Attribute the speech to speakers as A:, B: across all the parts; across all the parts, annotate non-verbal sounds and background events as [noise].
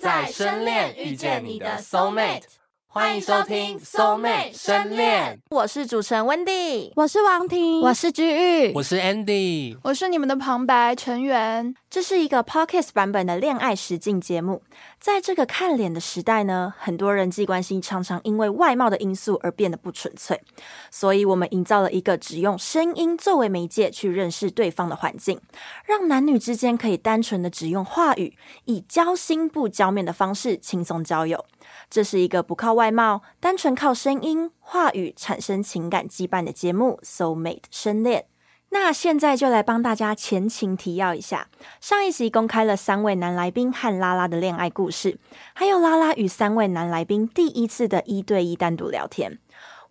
A: 在深恋遇见你的 soul mate，欢迎收听 soul mate 深恋。
B: 我是主持人 Wendy，
C: 我是王婷，
D: 我是居玉，
A: 我是 Andy，
E: 我是你们的旁白成员。
B: 这是一个 podcast 版本的恋爱实境节目。在这个看脸的时代呢，很多人际关系常常因为外貌的因素而变得不纯粹，所以我们营造了一个只用声音作为媒介去认识对方的环境，让男女之间可以单纯的只用话语，以交心不交面的方式轻松交友。这是一个不靠外貌，单纯靠声音、话语产生情感羁绊的节目《Soul Mate 深恋》。那现在就来帮大家前情提要一下，上一集公开了三位男来宾和拉拉的恋爱故事，还有拉拉与三位男来宾第一次的一对一单独聊天。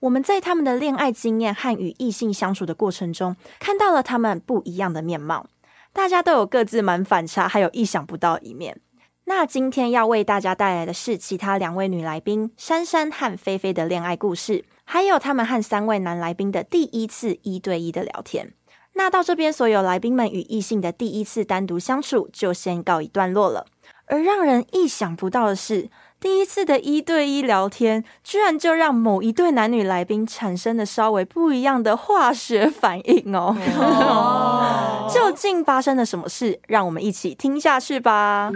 B: 我们在他们的恋爱经验和与异性相处的过程中，看到了他们不一样的面貌，大家都有各自蛮反差，还有意想不到的一面。那今天要为大家带来的是其他两位女来宾珊珊和菲菲的恋爱故事，还有他们和三位男来宾的第一次一对一的聊天。那到这边，所有来宾们与异性的第一次单独相处就先告一段落了。而让人意想不到的是，第一次的一对一聊天，居然就让某一对男女来宾产生了稍微不一样的化学反应哦。
A: 哦
B: [laughs] 究竟发生了什么事？让我们一起听下去吧。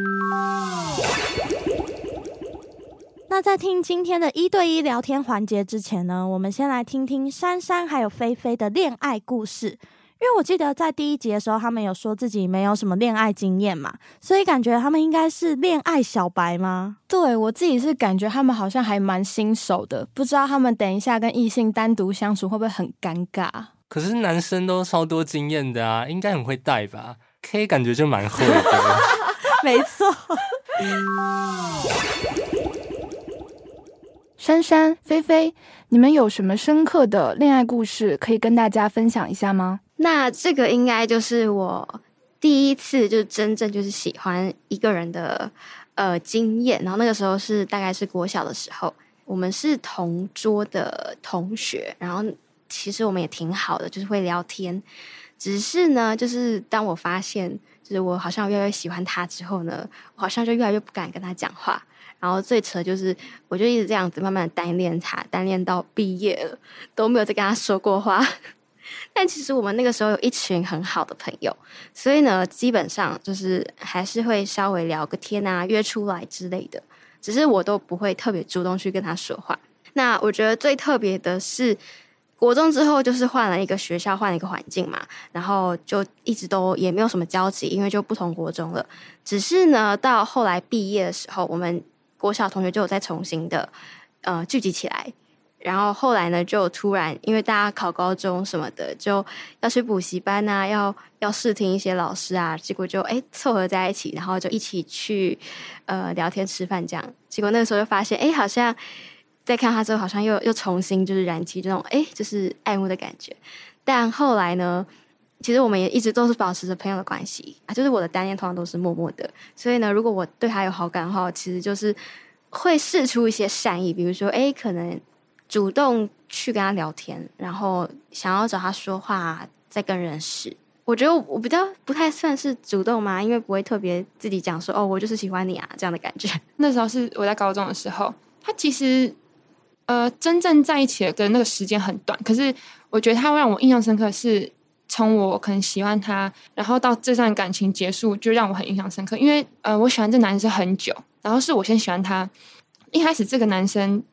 C: 那在听今天的一对一聊天环节之前呢，我们先来听听珊珊还有菲菲的恋爱故事。因为我记得在第一集的时候，他们有说自己没有什么恋爱经验嘛，所以感觉他们应该是恋爱小白吗？
D: 对我自己是感觉他们好像还蛮新手的，不知道他们等一下跟异性单独相处会不会很尴尬？ [laughs]
A: 可是男生都超多经验的啊，应该很会带吧？K 感觉就蛮会的。
C: 没错，
F: [laughs] 珊珊、菲菲，你们有什么深刻的恋爱故事可以跟大家分享一下吗？
G: 那这个应该就是我第一次就真正就是喜欢一个人的呃经验，然后那个时候是大概是国小的时候，我们是同桌的同学，然后其实我们也挺好的，就是会聊天，只是呢，就是当我发现就是我好像越来越喜欢他之后呢，我好像就越来越不敢跟他讲话。然后最扯就是，我就一直这样子慢慢的单恋他，单恋到毕业了都没有再跟他说过话。但其实我们那个时候有一群很好的朋友，所以呢，基本上就是还是会稍微聊个天啊，约出来之类的。只是我都不会特别主动去跟他说话。那我觉得最特别的是，国中之后就是换了一个学校，换了一个环境嘛，然后就一直都也没有什么交集，因为就不同国中了。只是呢，到后来毕业的时候，我们国小同学就有再重新的呃聚集起来，然后后来呢，就突然因为大家考高中什么的，就要去补习班啊，要要试听一些老师啊，结果就哎凑合在一起，然后就一起去呃聊天吃饭这样。结果那个时候就发现，哎，好像在看他之后，好像又又重新就是燃起这种哎就是爱慕的感觉。但后来呢，其实我们也一直都是保持着朋友的关系啊，就是我的单恋通常都是默默的，所以呢，如果我对他有好感的话，我其实就是会试出一些善意，比如说哎可能。主动去跟他聊天，然后想要找他说话，再跟人识。我觉得我比较不太算是主动嘛，因为不会特别自己讲说哦，我就是喜欢你啊这样的感觉。
H: [laughs] 那时候是我在高中的时候，他其实呃真正在一起的那个时间很短，可是我觉得他让我印象深刻的是从我可能喜欢他，然后到这段感情结束，就让我很印象深刻，因为呃我喜欢这男生很久，然后是我先喜欢他，一开始这个男生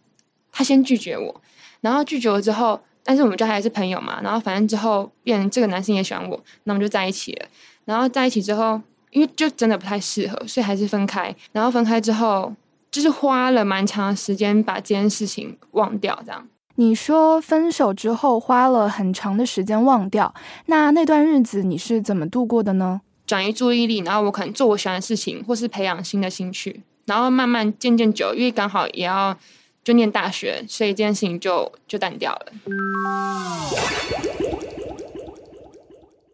H: 他先拒绝我，然后拒绝我之后。但是我们就还是朋友嘛，然后反正之后变成这个男生也喜欢我，那我们就在一起了。然后在一起之后，因为就真的不太适合，所以还是分开。然后分开之后，就是花了蛮长的时间把这件事情忘掉，这样。
F: 你说分手之后花了很长的时间忘掉，那那段日子你是怎么度过的呢？
H: 转移注意力，然后我可能做我喜欢的事情，或是培养新的兴趣，然后慢慢渐渐久，因为刚好也要就念大学，所以这件事情就就淡掉了。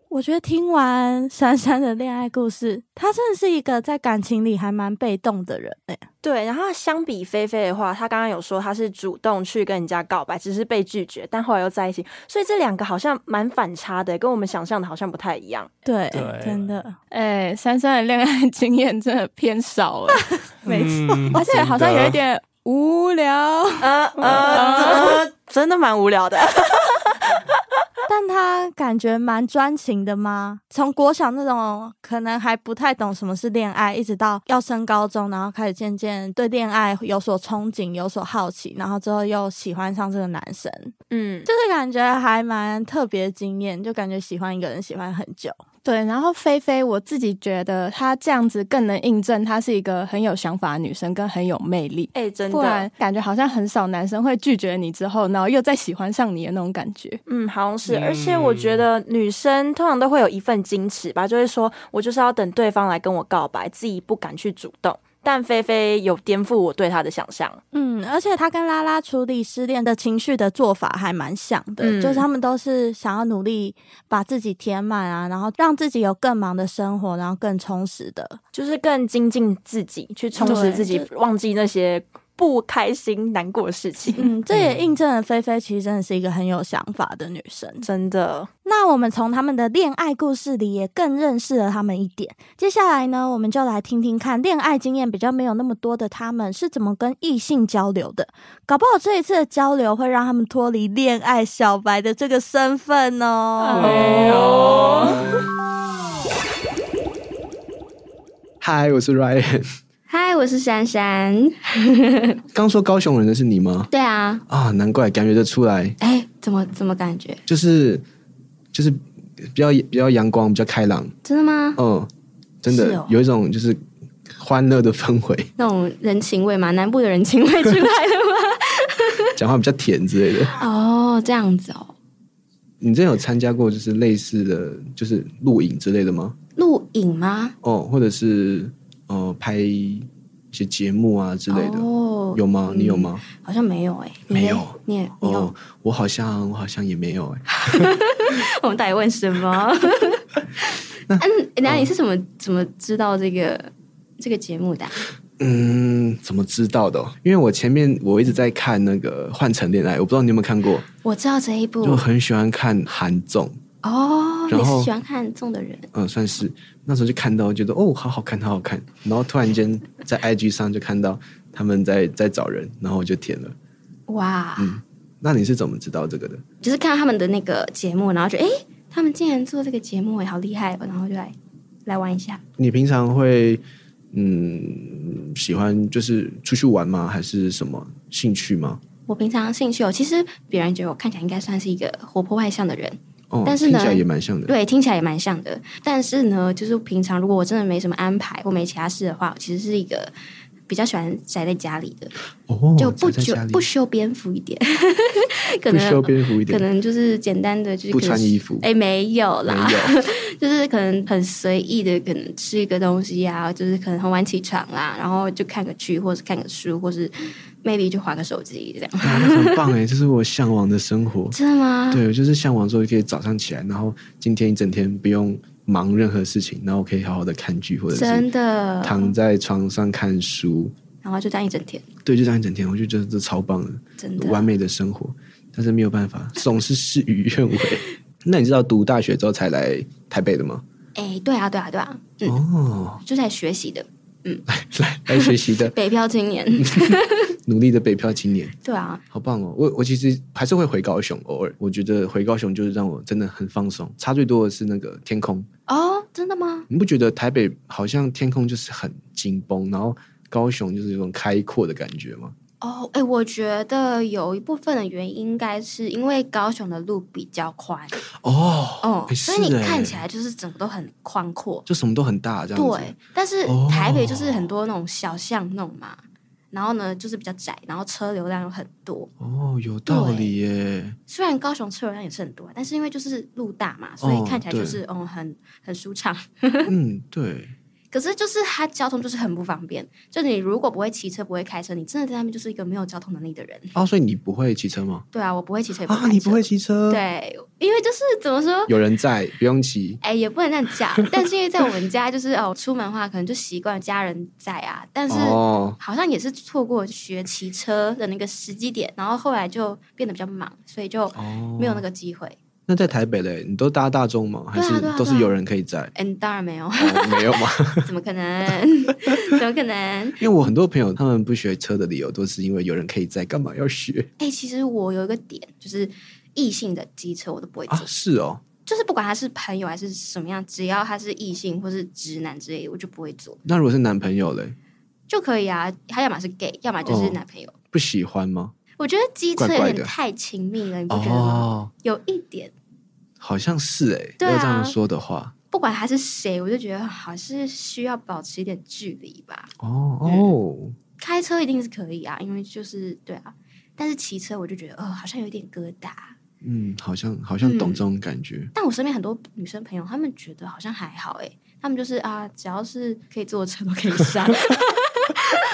C: 我觉得听完珊珊的恋爱故事，她真的是一个在感情里还蛮被动的人哎、
B: 对，然后相比菲菲的话，她刚刚有说她是主动去跟人家告白，只是被拒绝，但后来又在一起，所以这两个好像蛮反差的，跟我们想象的好像不太一样。
C: [laughs] 对，
A: 对
C: 真的，
D: 哎、珊珊的恋爱经验真的偏少了，
C: [laughs] 没
A: 错，
D: 而且好像有一点无聊。 [laughs] 嗯
B: 呃呃，真真的 [laughs] 蛮无聊的。
C: 但他感觉蛮专情的吗？从国小那种可能还不太懂什么是恋爱，一直到要升高中，然后开始渐渐对恋爱有所憧憬、有所好奇，然后之后又喜欢上这个男生，
B: 嗯，
C: 就是感觉还蛮特别的经验，就感觉喜欢一个人喜欢很久。
D: 对，然后菲菲，我自己觉得她这样子更能印证她是一个很有想法的女生，跟很有魅力。
B: 哎、真
D: 不
B: 的
D: 然，感觉好像很少男生会拒绝你之后，然后又再喜欢上你的那种感觉。
B: [laughs] 嗯，好像是。而且我觉得女生通常都会有一份矜持吧，就是说我就是要等对方来跟我告白，自己不敢去主动。但菲菲有颠覆我对她的想象，
C: 嗯，而且他跟拉拉处理失恋的情绪的做法还蛮像的，
B: 嗯
C: 就是他们都是想要努力把自己填满啊，然后让自己有更忙的生活，然后更充实的。
B: 就是更精进自己，去充实
C: 对
B: 自己
C: 就，
B: 忘记那些不开心、难过的事情。
C: 嗯，这也印证了菲菲其实真的是一个很有想法的女生。
B: 真的，
C: 那我们从他们的恋爱故事里也更认识了他们一点。接下来呢，我们就来听听看恋爱经验比较没有那么多的他们是怎么跟异性交流的。搞不好这一次的交流会让他们脱离恋爱小白的这个身份哦。
I: 嗨，我是 Ryan。
G: 嗨，我是珊珊。 [laughs]
I: 刚说高雄人的是你吗？
G: 对啊，
I: 啊，难怪感觉得出来，
G: 哎，怎么怎么感觉？
I: 就是就是比较比较阳光，比较开朗，
G: 真的吗？
I: 嗯，真
G: 是
I: 的、
G: 哦
I: 有一种就是欢乐的氛围，
G: [laughs] 那种人情味嘛，南部的人情味出来
I: [laughs]
G: 了
I: 讲话比较甜之类的。
G: 吗？哦，这样子哦。
I: 你之前有参加过就是类似的，就是录影之类的吗？
G: 录影吗？
I: 哦，或者是呃拍一些节目啊之类的，
G: 哦，
I: 有吗？你有吗？
G: 好像没有哎、你
I: 没
G: 嘞
I: 有，
G: 你也嗯你有？
I: 哦，我好像我好像也没有哎、 [laughs]
G: 我们到底问什么？嗯，那你是怎么怎么知道这个这个节目的啊、
I: 嗯，怎么知道的哦、因为我前面我一直在看那个《换乘恋爱》，我不知道你有没有看过，
G: 我知道这一
I: 就我
G: 部
I: 很喜欢看韩综，
G: 哦，
I: 然
G: 你
I: 后
G: 是喜欢看中的人
I: 嗯，算是那时候就看到觉得哦，好好看，好好看，然后突然间在 IG 上就看到他们在在找人，然后我就填了。
G: 哇，
I: 嗯那你是怎么知道这个的？
G: 就是看他们的那个节目，然后觉得哎，诶他们竟然做这个节目，哎，好厉害哦，然后就来来玩一下。
I: 你平常会嗯喜欢就是出去玩吗？还是什么兴趣吗？
G: 我平常兴趣哦，其实别人觉得我看起来应该算是一个活泼外向的人，
I: 哦，
G: 但是
I: 听
G: 呢
I: 起来也蛮像的。
G: 对，听起来也蛮像的。但是呢，就是平常如果我真的没什么安排或没其他事的话，我其实是一个比较喜欢宅在家里的，
I: 哦，
G: 就不
I: 宅在
G: 修
I: 家里
G: 不修边幅一点， [laughs] 可
I: 不修
G: 能
I: 边幅一
G: 可
I: 点，
G: 能就是简单的就是
I: 不
G: 可能
I: 穿衣服，
G: 哎，没有
I: 没
G: 啦，
I: 有。
G: [laughs] 就是可能很随意的，可能吃一个东西啊，就是可能很晚起床啦，然后就看个剧，或是看个书，
I: [laughs]
G: 或是 maybe 就划个手机这样。。
I: 啊那很棒哎，这是我向往的生活
G: 真的吗？
I: 对，我就是向往说可以早上起来，然后今天一整天不用忙任何事情，然后可以好好的看剧，或者
G: [laughs] 真
I: 是
G: 的。
I: 躺在床上看书。
G: 然后就这样一整天，
I: 对，就这样一整天，我就觉得这超棒的，
G: 真的
I: 完美的生活。但是没有办法，总是事与愿违。 [laughs] 那你知道读大学之后才来台北的吗？ [laughs]
G: 哎，对啊，对啊，对啊，嗯，
I: 哦，
G: 就在学习的
I: 来来学习的
G: [laughs] 北漂
I: [laughs]
G: 青年，
I: 努力的北漂青年，
G: 对啊，
I: 好棒哦！我我其实还是会回高雄，偶尔我觉得回高雄就是让我真的很放松。差最多的是那个天空，
G: 哦，真的吗？
I: 你不觉得台北好像天空就是很紧绷，然后高雄就是有种开阔的感觉吗？
G: 哦，哎，我觉得有一部分的原因应该是因为高雄的路比较宽，
I: 哦，
G: 哦，
I: 哎
G: 所以你
I: 是哎
G: 看起来就是整个都很宽阔，
I: 就什么都很大这样子。
G: 对，但是
I: 哦
G: 台北就是很多那种小巷弄嘛，然后呢就是比较窄，然后车流量又很多。
I: 哦，有道理耶。
G: 虽然高雄车流量也是很多，但是因为就是路大嘛，所
I: 哦
G: 以看起来
I: 对
G: 就是嗯很很舒畅。
I: 嗯，对，
G: 可是就是它交通就是很不方便，就你如果不会骑车不会开车，你真的在那边就是一个没有交通能力的人。
I: 哦，所以你不会骑车吗？
G: 对啊，我不会骑车也不会开
I: 啊，
G: 车，
I: 你不会骑车？，
G: 对，因为就是怎么说。
I: 有人在，不用骑。
G: 哎、也不能这样讲，但是因为在我们家，就是哦，出门的话可能就习惯家人在啊， [laughs] 但是
I: 哦，
G: 好像也是错过学骑车的那个时机点，然后后来就变得比较忙，所以就
I: 哦
G: 没有那个机会。
I: 那在台北嘞，你都搭大众吗？还
G: 对啊
I: 是
G: 对啊
I: 都是
G: 对啊
I: 有人可以载？
G: 嗯，当然没有，
I: 哦没有吗？
G: [laughs] 怎么可能？怎么可能？
I: 因为我很多朋友他们不学车的理由都是因为有人可以载，干嘛要学
G: 哎、其实我有一个点，就是异性的机车我都不会坐，
I: 啊？是哦，
G: 就是不管他是朋友还是什么样，只要他是异性或是直男之类的，我就不会坐，
I: 那如果是男朋友嘞，
G: 就可以啊。他要么是 gay，要么就是
I: 哦
G: 男朋友。
I: 不喜欢吗？
G: 我觉得机车
I: 怪
G: 有
I: 怪
G: 点
I: 的
G: 太亲密了，你不觉得吗？
I: 哦，
G: 有一点，
I: 好像是哎、
G: 对啊
I: 要这样说的话，
G: 不管他是谁，我就觉得好像是需要保持一点距离吧。
I: 哦哦，
G: 开车一定是可以啊，因为就是对啊，但是骑车我就觉得，哦，好像有点疙瘩。
I: 嗯，好像好像懂
G: 嗯
I: 这种感觉。
G: 但我身边很多女生朋友，她们觉得好像还好哎、欸，她们就是啊，只要是可以坐的车都可以上。 [laughs]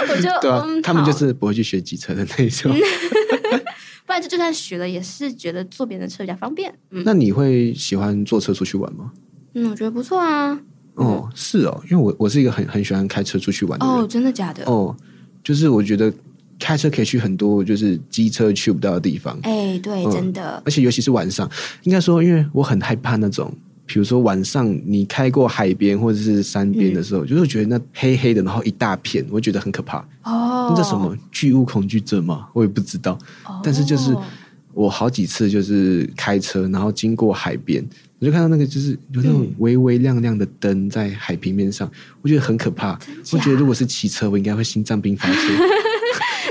G: 我就
I: 对啊
G: 嗯，，
I: 他们就
G: 好嗯
I: 是不会去学机车的那种。
G: 不然就就算学了，也是觉得坐别人的车比较方便。嗯
I: [laughs] 那你会喜欢坐车出去玩吗？
G: 嗯，我觉得不错啊。
I: 哦，是哦，因为我我是一个很很喜欢开车出去玩的人。
G: 哦，真的假的？
I: 哦，就是我觉得开车可以去很多就是机车去不到的地方，
G: 哎、对，
I: 嗯
G: 真的。
I: 而且尤其是晚上，应该说，因为我很害怕那种。比如说晚上你开过海边或者是山
G: 嗯
I: 边的时候，就是觉得那黑黑的，然后一大片，我觉得很可怕。
G: 哦，
I: 那叫什？么巨物恐惧症吗？我也不知道。但是就是我好几次就是开车，然后经过海边，我就看到那个就是有那种微微亮亮的灯在海平面上，我觉得很可怕。我觉得如果是骑车，我应该会心脏病发作，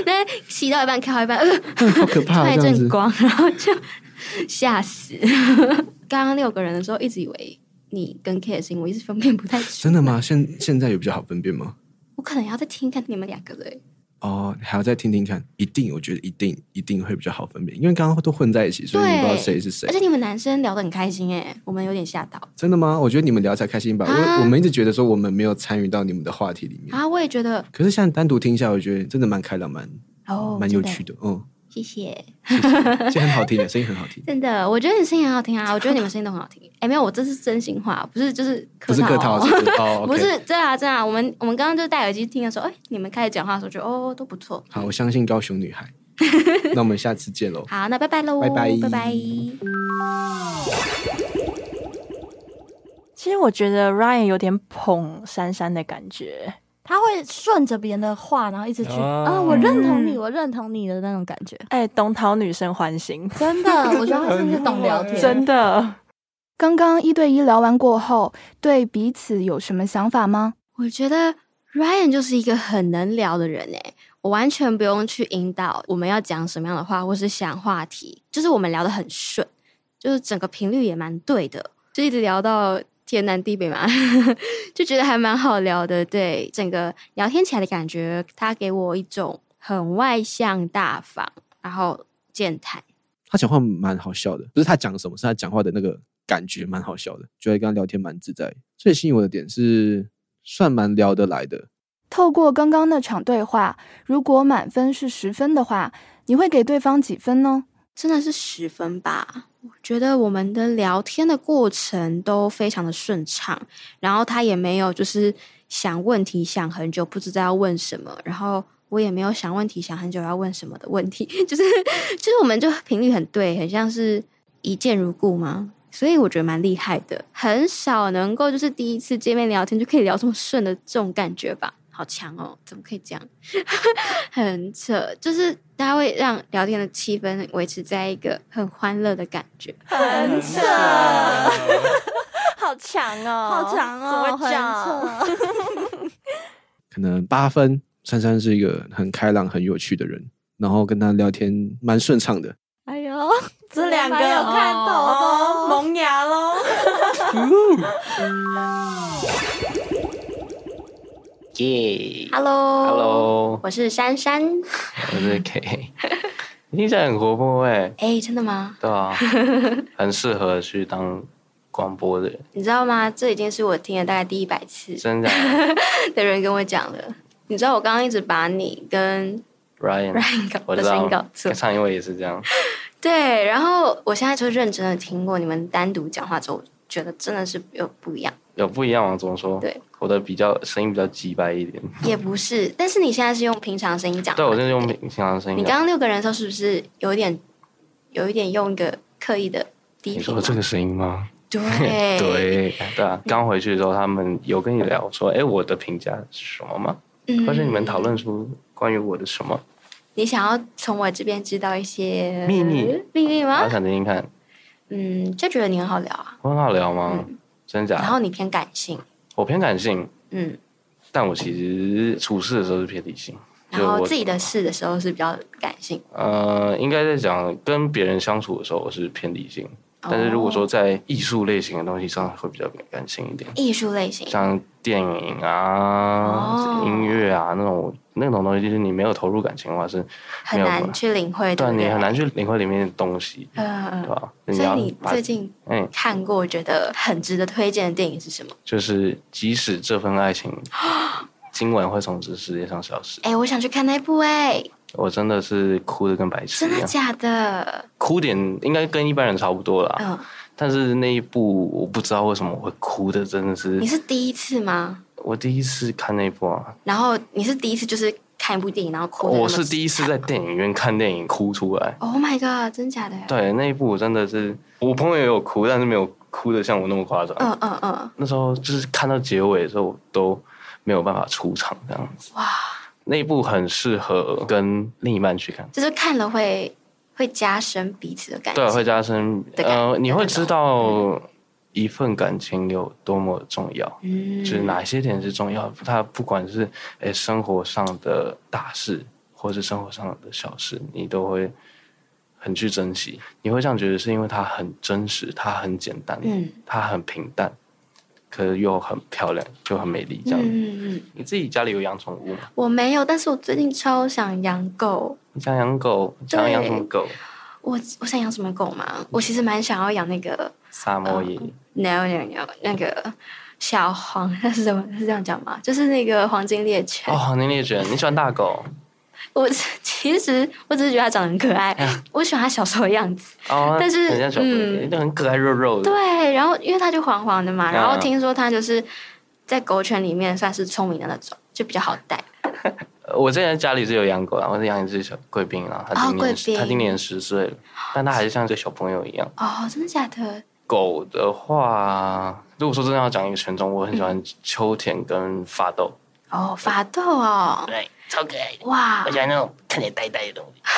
G: [laughs] 那骑到一半，开到一半，呃，
I: [laughs] 嗯好可
G: 突
I: 怕
G: 然一
I: 这样子
G: 阵。光，然后就吓死。 [laughs] 刚刚六个人的时候，一直以为你跟 K 的声音，我一直分辨不太出。
I: 真的？吗？现现在有比较好分辨吗？
G: 我可能要再听看你们两个的。
I: 哦，还要再听听看，一定，我觉得一定一定会比较好分辨，因为刚刚都混在一起，所以你不知道
G: 对
I: 谁是谁
G: 而。且你们男生聊得很开心哎，我们有点吓到
I: 真的吗？我觉得你们聊才开心吧，因为
G: 啊
I: 我们一直觉得说我们没有参与到你们的话题里面。
G: 啊！我也觉得
I: 可是像单独听一下，我觉得真的蛮开朗，蛮
G: 哦，
I: 蛮有
G: 真的
I: 趣的，嗯，
G: 谢谢，
I: 而且很好听的，声音很好听，
G: [laughs] 真的，我觉得你声音很好听啊，我觉得你们声音都很好听。 [laughs] 哎，没有，我这是真心话，不是就是
I: 不是客套，
G: 哦
I: 是不是
G: [laughs]
I: 哦，
G: 不
I: OK
G: 是真的啊真的啊。我们我们刚刚就戴耳机听的时候，哎，你们开始讲话的时候，觉得哦都不错。 [laughs]
I: 好，我相信高雄女孩， [laughs] 那我们下次见喽。
G: 好，那拜拜喽，
I: 拜拜
G: 拜拜。
B: 其实我觉得 Ryan 有点捧珊珊的感觉，
C: 他会顺着别人的话，然后一直去
A: 哦
C: 啊，我认同你，我认同你的那种感觉。
B: 哎，懂讨女生欢心，
C: 真的，我觉得他真的是懂聊天，
B: 真的。
F: 刚刚一对一聊完过后，对彼此有什么想法吗？
G: 我觉得 Ryan 就是一个很能聊的人诶，我完全不用去引导我们要讲什么样的话，或是想话题，就是我们聊得很顺，就是整个频率也蛮对的，就一直聊到天南地北嘛， [laughs] 就觉得还蛮好聊的。对，整个聊天起来的感觉，他给我一种很外向、大方，然后健谈。
I: 他讲话蛮好笑的，不是他讲什么，是他讲话的那个感觉蛮好笑的，觉得跟他聊天蛮自在。最吸引我的点是，算蛮聊得来的。
F: 透过刚刚那场对话，如果满分是十分的话，你会给对方几分呢？
G: 真的是十分吧。我觉得我们的聊天的过程都非常的顺畅，然后他也没有就是想问题想很久不知道要问什么，然后我也没有想问题想很久要问什么的问题， [laughs] 就是就是我们就频率很对，很像是一见如故嘛。所以我觉得蛮厉害的，很少能够就是第一次见面聊天就可以聊这么顺的这种感觉吧，好强哦！怎么可以这样？ [laughs] 很扯，就是它会让聊天的气氛维持在一个很欢乐的感觉。
B: 很扯，好强哦，
C: 好长哦，
B: 怎么讲？
C: 很 [laughs] 扯。
I: 可能八分，珊珊是一个很开朗、很有趣的人，然后跟他聊天蛮顺畅的。
C: 哎呦，
B: 这两个
C: 蛮有看头的
B: 哦
C: 哦 [laughs]
B: 萌芽喽。
H: 哦
A: 耶
G: Hello，
A: ！Hello，
G: 我是珊 [laughs] 珊。
A: 我是 K，你听起来很活泼哎，
G: 哎，真的吗？
A: 对
G: [laughs]
A: 啊，很适合去当广播的人，
G: 你知道吗？这已经是我听了大概第一百次
A: 真的。
G: [laughs] 的人跟我讲了。你知道我刚刚一直把你跟
A: Ryan，
G: Ryan 搞
A: 我
G: 的
A: 知
G: 声
A: 道
G: 音搞，错，
A: 上一位也是这样。
G: 对。然后我现在就认真的听过你们单独讲话之后，我觉得真的是有不一样。
A: 有不一样吗？怎么说？
G: 对，
A: 我的比较声音比较急白一点。
G: 也不是，但是你现在是用平常声音讲话，
A: 对，我就是
G: 不
A: 用平常的声音啊
G: 你
A: 讲。
G: 刚刚六个人的时候是不是有一点，有一点用一个刻意的低
J: 你
G: 频
J: 说
G: 嘛。
J: 这个声音
G: [laughs]
J: 吗？
G: 对
A: [laughs]
J: 对对啊，刚回去的时候，他们有跟你聊说，哎，我的评价是什么吗？
G: 嗯
J: 或是你们讨论出关于我的什么
G: 你想要从我这边知道一些
J: 秘密？
G: 秘密
J: 然后
G: 吗？
J: 想听听看，
G: 嗯，就觉得你很好聊啊，
J: 我很好聊吗？真
G: 然
J: 假？
G: 后你偏感性，
J: 我偏感性，
G: 嗯，
J: 但我其实处事的时候是偏理性。就
G: 然后
J: 我
G: 自己的事的时候是比较感性，
J: 呃，应该在讲跟别人相处的时候，我是偏理性，
G: 哦
J: 但是如果说在艺术类型的东西上，会比较感性一点，
G: 艺术类型，
J: 像电影啊、
G: 哦
J: 音乐啊那种那种东西，就是你没有投入感情的话，是
G: 很
J: 没有
G: 难去领会，
J: 对啊
G: 不
J: 你
G: 对？
J: 很难去领会里面的东西，
G: 嗯
J: 对吧？
G: 所以
J: 要
G: 你
J: 把
G: 最近
J: 嗯，
G: 看过觉得很值得推荐的电影是什么？ [gasps]
J: 就是即使这份爱情今晚会从这世界上消失，
G: 哎、我想去看那部哎、
J: 我真的是哭的跟白痴
G: 真
J: 一
G: 的
J: 样。
G: 假的？
J: 哭点应该跟一般人差不多啦，
G: 嗯，
J: 但是那一部我不知道为什么我会哭的，真的是
G: 你是第一次吗？
J: 我第一次看那一部啊，
G: 然后你是第一次就是看一部电影然后哭的那么？
J: 我是第一次在电影院看电影哭出来。
G: Oh my god！真假的？
J: 对，那一部我真的是，我朋友也有哭，但是没有哭的像我那么夸张。
G: 嗯嗯嗯，
J: 那时候就是看到结尾的时候，我都没有办法出场这样子。
G: 哇，
J: 那一部很适合跟另一半去看，
G: 就是看了会会加深彼此的感情。
J: 对，啊会加深
G: 的感
J: 呃，你会知道一份感情有多么重要。
G: 嗯，
J: 就是哪些点是重要的，它不管是诶、生活上的大事，或是生活上的小事，你都会很去珍惜。你会这样觉得，是因为它很真实，它很简单，
G: 嗯，
J: 它很平淡，可是又很漂亮，就很美丽。这样，
G: 嗯嗯嗯，
J: 你自己家里有养宠物吗？
G: 我没有，但是我最近超想养狗。
J: 你想养狗，想要养什么狗？
G: 我我想养什么狗吗？我其实蛮想要养那个
J: 萨摩
G: 嗯
J: 耶，
G: no no no 那个小黄， [laughs] 那是什么？是这样讲吗？就是那个黄金猎犬。
J: 哦，黄金猎犬，你喜欢大狗？
G: [laughs] 我其实我只是觉得它长得很可爱，
J: 嗯
G: [laughs] 我喜欢它小时候的样子。
J: 哦，
G: [laughs] 但是
J: 人家小狗
G: 嗯
J: 就很可爱，肉肉的。
G: 对，然后因为它就黄黄的嘛，
J: 哦嗯
G: 然后听说它就是在狗圈里面算是聪明的那种，就比较好带。
J: 呃我之前家里是有养狗啊，我是养一只小贵宾啊，它今
G: 哦贵
J: 年、
G: 宾
J: 它今年十岁了，但它还是像个小朋友一样。
G: 哦，真的假的？
J: 狗的话，如果说真的要讲一个犬种，我很喜
G: 嗯
J: 欢秋田跟法斗，
G: 哦，法斗哦，
J: 对，超可爱的。
G: 哇，
J: 我喜欢那种看起来呆呆的东西，
G: 啊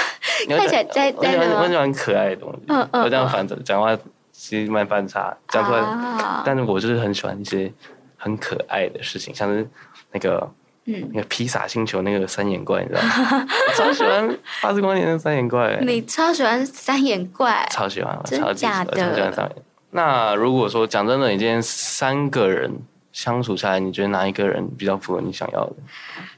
G: [laughs] 看起来呆
J: 我喜
G: 呆
J: 欢
G: 的
J: 我喜
G: 吗？
J: 欢可爱的东西。
G: 嗯嗯
J: 我这样反着讲话，其实蛮反差，讲出来，
G: 啊
J: 但是我就是很喜欢一些很可爱的事情，像是那个
G: 嗯，
J: 那个披萨星球那个三眼呃怪，你知道吗？我超喜欢八十光年的三眼怪、
G: [laughs] 你超喜欢三眼怪，
J: 超喜欢，我
G: 真
J: 超级喜
G: 假
J: 欢，
G: 的
J: 超喜欢上瘾那如果说讲真的，你今天三个人相处下来，你觉得哪一个人比较符合你想要的？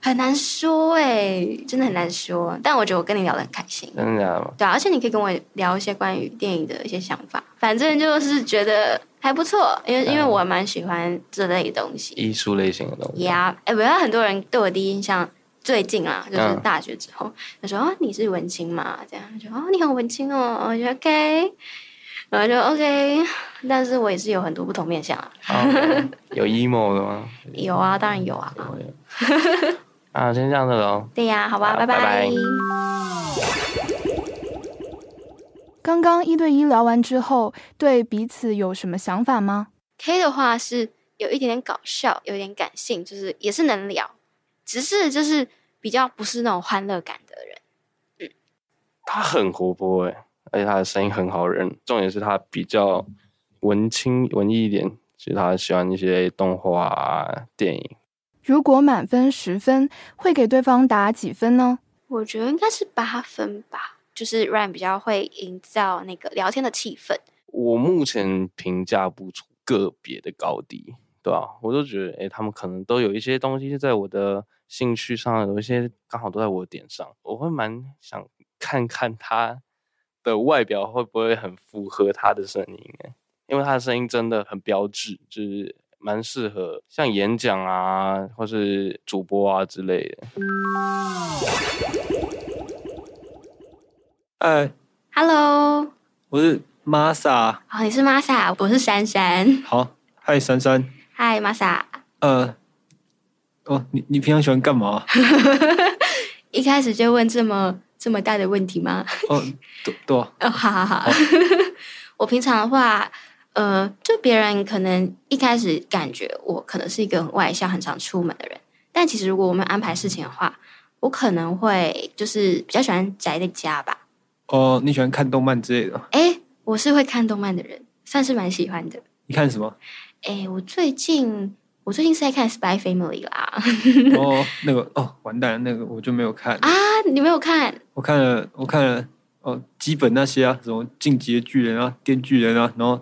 G: 很难说哎、真的很难说。但我觉得我跟你聊得很开心。
J: 真的假的吗？
G: 对啊、而且你可以跟我聊一些关于电影的一些想法，反正就是觉得还不错，因为
J: 嗯
G: 因为我蛮喜欢这类东西。
J: 艺术类型的东西。
G: 呀，哎，不要很多人对我第一印象，最近啊，就是
J: 嗯
G: 大学之后，他说哦你是文青嘛，这样就哦你很文青哦，我就 OK，然后就 OK，但是我也是有很多不同面相啊，
J: 哦有 emo 的吗？
G: [laughs] 有啊，当然有啊， [laughs]
J: 啊，先这样子喽。
G: 对呀，好吧，
J: 好
G: 拜拜。
J: 拜拜
F: 刚刚一对一聊完之后，对彼此有什么想法吗？
G: K 的话是有一点点搞笑，有一点感性，就是也是能聊，只是就是比较不是那种欢乐感的人。
J: 他很活泼哎、而且他的声音很好认。重点是他比较文青文艺一点，就是他喜欢一些动画、啊、电影。
F: 如果满分十分，会给对方打几分呢？
G: 我觉得应该是八分吧，就是 Ryan 比较会营造那个聊天的气氛。
J: 我目前评价不出个别的高低，对啊，我都觉得，诶，他们可能都有一些东西是在我的兴趣上，有一些刚好都在我的点上，我会蛮想看看他的外表会不会很符合他的声音，诶，因为他的声音真的很标志，就是蛮适合像演讲啊，或是主播啊之类的。
K: [laughs] 哎，
G: Hello，
K: 我是 Masa。
G: 哦，你是 Masa，我是珊珊。
K: 好，嗨，珊珊。
G: 嗨，Masa。
K: 呃，哦，你你平常喜欢干嘛？
G: 一开始就问这么这么大的问题吗？ [laughs]
K: 哦，对对啊，
G: 哦，好好好。 [laughs] 我平常的话，呃，就别人可能一开始感觉我可能是一个很外向、很常出门的人，但其实如果我们安排事情的话，我可能会就是比较喜欢宅在家吧。
K: 哦，你喜欢看动漫之类的？
G: 哎，我是会看动漫的人，算是蛮喜欢的。
K: 你看什么？
G: 哎，我最近我最近是在看《Spy Family》啦。
K: 哦，那个哦，完蛋了，那个我就没有看。
G: 啊，你没有看？
K: 我看了，我看了，哦，基本那些啊，什么《进击的巨人》啊，《电锯人》啊，然后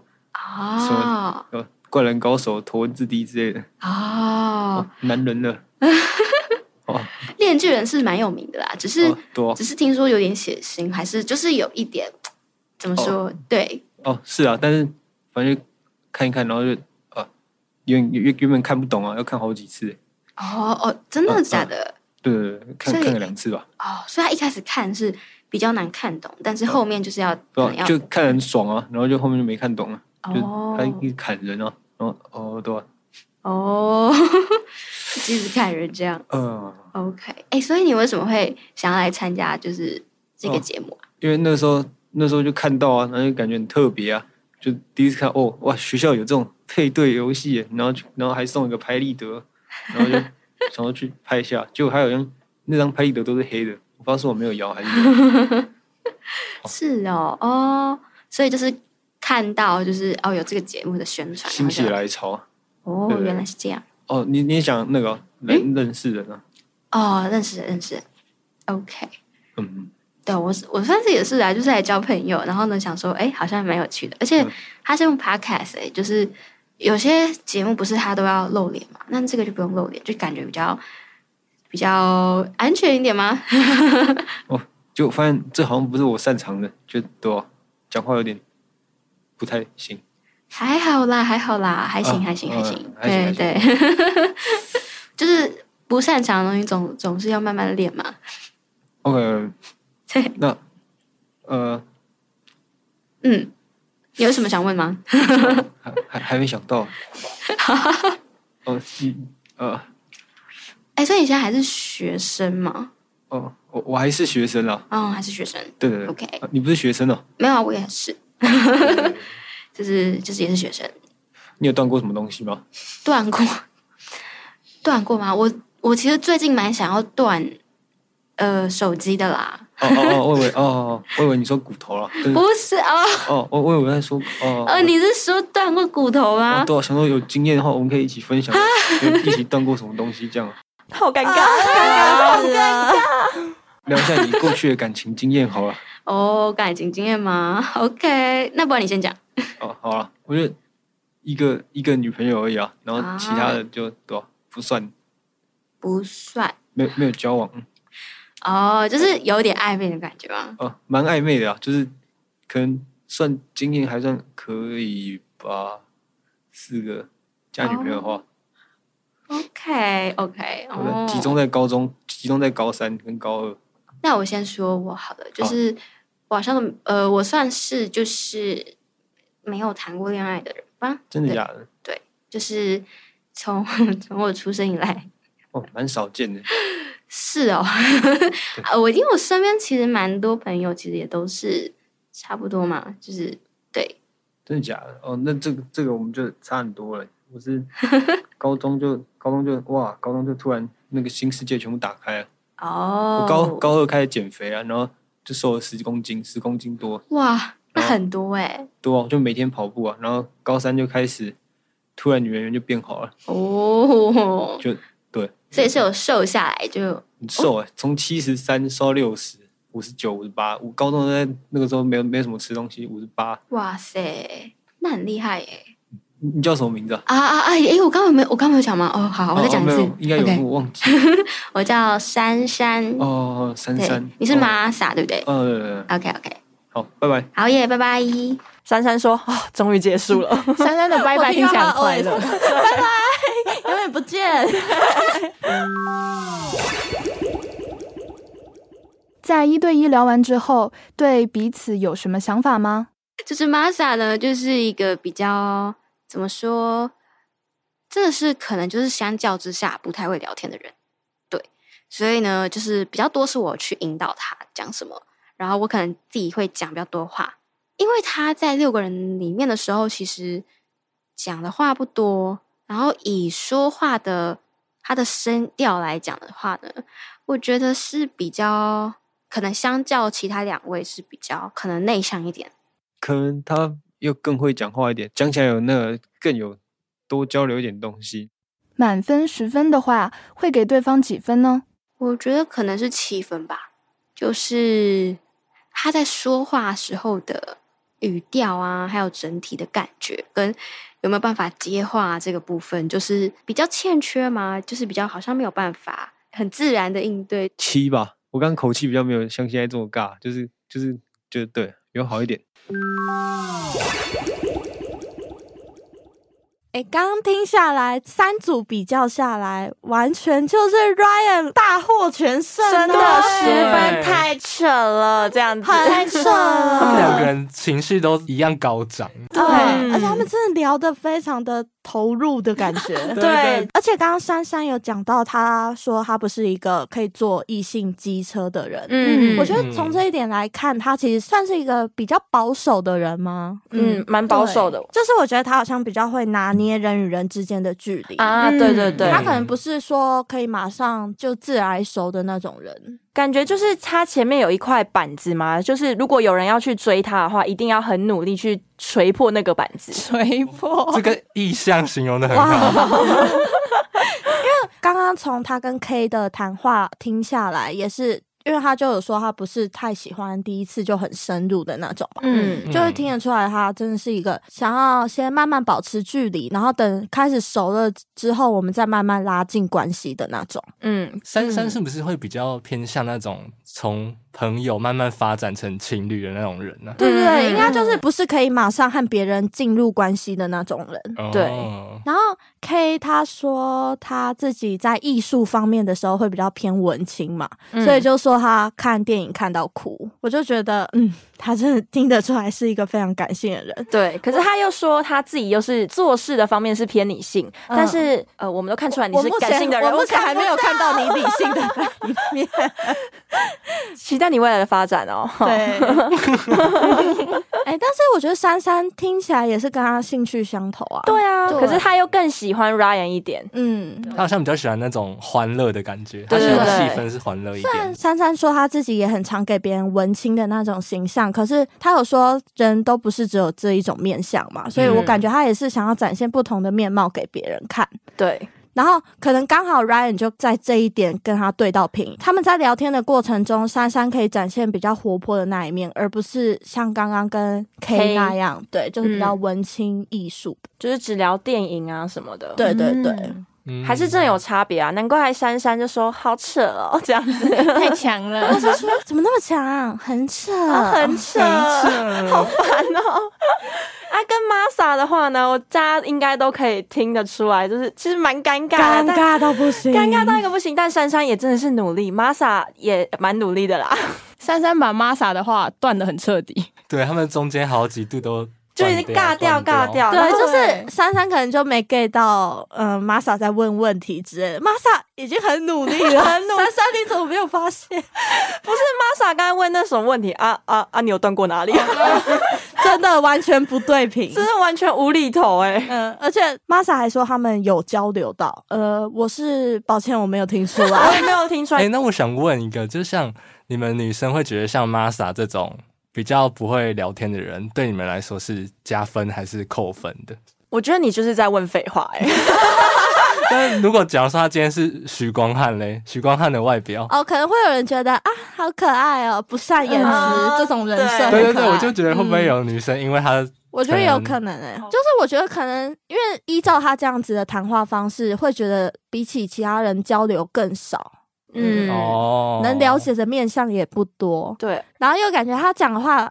K: 什么
G: 哦
K: 呃《灌篮高手》《头文字 D》之类的，
G: 哦，
K: 男人了。
G: 《恋巨人》是蛮有名的啦，只是、
K: 对啊
G: 只是听说有点血腥，还是就是有一点怎么说？对，
K: 哦，是啊，但是反正就看一看，然后就啊，原原原本看不懂啊，要看好几次。
G: 哦哦，真的假的？
K: 对对对，看
G: 所以
K: 看个两次吧，
G: 哦，所以他一开始看是比较难看懂，但是后面就是要、
K: 不
G: 可能
K: 然
G: 要
K: 哦就看得很爽啊，然后就后面就没看懂了，就
G: 哦
K: 他一直砍人啊，然后哦对吧、
G: 哦， [laughs] 一直看人这样。
K: 嗯、
G: OK，哎、所以你为什么会想要来参加就是这个
K: 哦
G: 节目啊？
K: 因为那时候那时候就看到啊，然后就感觉很特别啊，就第一次看哦哇，学校有这种配对游戏耶，然后就然后还送一个拍立得，然后
G: [laughs]
K: 就想要去拍一下，结果还有人那张拍立得都是黑的，我不知道是我没有摇还是
G: [laughs]
K: 怎么样
G: 是哦，哦，所以就是看到就是哦有这个节目的宣传，
K: 心血
G: 然后
K: 来潮啊。
G: 就哦
K: 对对对
G: 原来是这样
K: 哦，你你也想那个哦人认识人啊？
G: 哦，认识了认识了，OK。
K: 嗯，
G: 对我是我算是也是啊，就是来交朋友，然后呢想说，哎，好像蛮有趣的，而
K: 嗯
G: 且他是用 podcast，哎、就是有些节目不是他都要露脸嘛，那这个就不用露脸，就感觉比较比较安全一点吗？ [laughs]
K: 就我发现这好像不是我擅长的，就对啊、讲话有点不太行。
G: 还好啦，还好啦，还行，
K: 啊
G: 还行，
K: 嗯
G: 还行，
K: 还行
G: 对对， [laughs] 就是不擅长的东西总总是要慢慢练嘛。 [laughs]
K: OK，
G: 对，
K: 那呃
G: 嗯，你有什么想问吗？ [laughs]
K: 还还还没想到。哦，你呃
G: 哎，所以你现在还是学生吗？
K: 哦，我我还是学生啦。
G: 嗯，还是学生？
K: 对对对
G: OK
K: 啊你不是学生哦？
G: 没有啊，我也是， [laughs] 就是就是也是学生，
K: 你有断过什么东西吗？
G: 断过， [laughs] 断过吗？我我其实最近蛮想要断，呃，手机的啦，
K: 哦哦哦，我 [laughs] 以为哦哦，我以为你说骨头了。对
G: 不是哦，
K: 哦，我我以为在说哦。
G: 呃，你是说断过骨头吗？
K: 对、啊，想说有经验的话，我们可以一起分
G: [laughs]
K: 享，一起断过什么东西，这样
B: 好尴尬，[laughs]
G: 哦
B: 尴尬了。
K: 聊一下你过去的感情经验好了。
G: 哦，感情经验吗？OK，那不然你先讲。
K: 哦，好了，我觉得一个一个女朋友而已啊，然后其他的就对、啊、不算，
G: 不算
K: 没有没有交往，嗯
G: 哦，就是有点暧昧的感觉吗？
K: 哦，蛮暧昧的啊，就是可能算经验还算可以吧，四个加女朋友的话，
G: OK OK，
K: 我觉得
G: 哦，
K: 集中在高中，集中在高三跟高二，
G: 那我先说我好了，就是我好像呃，我算是就是没有谈过恋爱的人吧？
K: 真的假的？
G: 对？对，就是从 [laughs] 从我出生以来
K: 哦，蛮少见的。
G: 是哦， [laughs] 啊我因为我身边其实蛮多朋友，其实也都是差不多嘛，就是对
K: 真的假的？哦，那这个这个我们就差很多了。我是高中就高中就哇，高中就突然那个新世界全部打开了。
G: 哦
K: 我，高高二开始减肥啊，然后就瘦了十公斤，十公斤多
G: 哇，那很多哎、
K: 多、啊，我就每天跑步啊。然后高三就开始，突然女人缘就变好了，
G: 哦，
K: 就对，
G: 所以是有瘦下来就
K: 很瘦
G: 哦
K: 啊、从七十三瘦到六十。五十九、五十八，我高中在那个时候没有没有什么吃东西，五十八。
G: 哇塞，那很厉害耶！
K: 你你叫什么名字啊？
G: 啊啊啊！哎，我刚刚有没有我刚刚有讲吗？哦，好，我再讲一
K: 哦哦没
G: 次
K: 有，应该有
G: OK
K: 我忘记。
G: [laughs] 我叫珊珊，
K: 哦，珊
G: 对
K: 珊，
G: 你是
K: 哦？
G: 玛莎对不对
K: 嗯、对对对
G: ？OK OK，
K: 好，拜拜。
G: 好耶，拜拜。
B: 珊珊说：“哦，终于结束
C: [laughs]
B: 了。
D: 珊珊的拜拜听起来很快乐
B: 我听到。 [laughs]
D: 拜拜，永远不见。
F: 在一对一聊完之后，对彼此有什么想法吗？
G: 就是玛莎呢，就是一个比较怎么说，真的是可能就是相较之下不太会聊天的人，对，所以呢，就是比较多是我去引导他讲什么，然后我可能自己会讲比较多话，因为他在六个人里面的时候，其实讲的话不多，然后以说话的他的声调来讲的话呢，我觉得是比较可能相较其他两位是比较可能内向一点。
K: 可能他又更会讲话一点，讲起来有那个更有多交流一点东西。
F: 满分十分的话，会给对方几分呢？
G: 我觉得可能是七分吧，就是他在说话时候的语调啊，还有整体的感觉，跟有没有办法接话这个部分，就是比较欠缺嘛，就是比较好像没有办法很自然的应对。
K: 七吧，我刚刚口气比较没有像现在这么尬，就是就是就是对，有好一点。
C: [laughs] 哎，刚刚听下来，三组比较下来，完全就是 Ryan 大获全胜，啊
B: 真的十分
A: 对
B: 太扯了，这样子
C: 太扯
A: 他们两
C: 了。
A: 个人情绪都一样高
C: [laughs]
A: 涨，
C: 对，
B: 嗯
C: 而且他们真的聊得非常的投入的感
B: [laughs]
C: 觉。
A: 对对
C: 而且刚刚珊珊有讲到，她说她不是一个可以坐异性机车的人。
B: 嗯
C: 我觉得从这一点来看，她其实算是一个比较保守的人吗？
B: 嗯蛮保守的
C: 对就是我觉得她好像比较会拿捏人与人之间的距离
B: 啊，
C: 嗯
B: 对对对，
C: 他可能不是说可以马上就自来熟的那种人，
B: 感觉就是他前面有一块板子嘛，就是如果有人要去追他的话，一定要很努力去锤破那个板子。
C: 锤破
A: 这个意象形容的很好。
C: 刚刚从他跟 K 的谈话听下来，也是因为他就有说他不是太喜欢第一次就很深入的那种嘛，
B: 嗯
C: 就是听得出来他真的是一个想要先慢慢保持距离，然后等开始熟了之后，我们再慢慢拉近关系的那种。
B: 嗯，
A: 珊珊是不是会比较偏向那种从朋友慢慢发展成情侣的那种人呢、
C: 对对
B: 嗯
C: 对，应该就是不是可以马上和别人进入关系的那种人。
A: 哦
B: 对
C: 然后 K 他说他自己在艺术方面的时候会比较偏文青嘛，
B: 嗯
C: 所以就说他看电影看到哭，我就觉得嗯，他真的听得出来是一个非常感性的人。
B: 对。可是他又说他自己又是做事的方面是偏理性，
C: 嗯
B: 但是呃，我们都看出来你
C: 我
B: 是
C: 目前
B: 感性的人，
C: 我目前
B: 看
C: 还没有
B: 不到
C: 看到你理性的那一面。
B: 期待你未来的发展哦。
C: 对，哎、但是我觉得珊珊听起来也是跟他兴趣相投啊。
B: 对啊，
C: 对
B: 可是他又更喜欢 Ryan 一点。
C: 嗯，
A: 他好像比较喜欢那种欢乐的感觉，他
B: 对对
A: 喜欢
B: 对
A: 气氛是欢乐一
C: 虽然
A: 点。
C: 珊珊说她自己也很常给别人文青的那种形象，可是她有说人都不是只有这一种面相嘛，所以我
B: 嗯
C: 感觉她也是想要展现不同的面貌给别人看。
B: 对，
C: 然后可能刚好 Ryan 就在这一点跟他对到平，他们在聊天的过程中，珊珊可以展现比较活泼的那一面，而不是像刚刚跟
B: K
C: K 那样，对，就是比
D: [laughs]
C: 较
B: 嗯
C: 文青艺术。
B: 就是只聊电影啊什么的。
C: 对对对，
A: 嗯
B: 还是真的有差别啊！难怪还珊珊就说好扯哦， [laughs] 这样子
D: 太强了哦
C: 我。就说怎么那么强，很扯，
D: [laughs]
B: 啊很扯，好烦哦。 [laughs] 啊，跟 Masa 的话呢，我大家应该都可以听得出来，就是其实蛮尴尬
C: 尴
B: 的，
C: 尬到不行，
B: 但尴尬到一个不行。但珊珊也真的是努力，Masa 也蛮努力的啦，
D: [laughs] 珊珊把 Masa 的话断的很彻底，
A: 对他们中间好几度都
B: 就已经尬掉尬
A: 断
B: 掉，然
C: 对，啊
B: 后
C: 就是珊珊可能就没 get 到，嗯、玛莎在问问题之类的。玛莎已经很努力
D: [laughs]
C: [laughs] 了，很努珊珊你怎么没有发现？
B: 不是 Masa 刚才问那什么问题啊啊啊！你有断过
D: [laughs]
B: 哪里？
C: 真的完全不对平。
B: 真的完全无厘头哎、
C: 嗯、而且玛莎还说他们有交流到，呃，我是抱 [laughs] 歉我没有听出来
B: 我。也没有听出
A: 哎、
B: 来。
A: 那我想问一个，就像你们女生会觉得像 Masa 这种比较不会聊天的人，对你们来说是加分还是扣分的？ [laughs]
B: 我觉得你就是在问废 [laughs] 话哎、
A: 但如果假如说他今天是许光汉嘞，许光汉的外表，
C: 哦，可能会有人觉得啊，好可爱哦，不善言辞、
B: 嗯
C: 这种人设很可爱。嗯
A: 对对对，我就觉得会不会有女生因为他
C: 我觉得有可能诶、就是我觉得可能因为依照他这样子的谈话方式，会觉得比起其他人交流更少，
B: 嗯，
A: 哦
C: 能了解的面相也不多，
B: 对
C: 然后又感觉他讲的话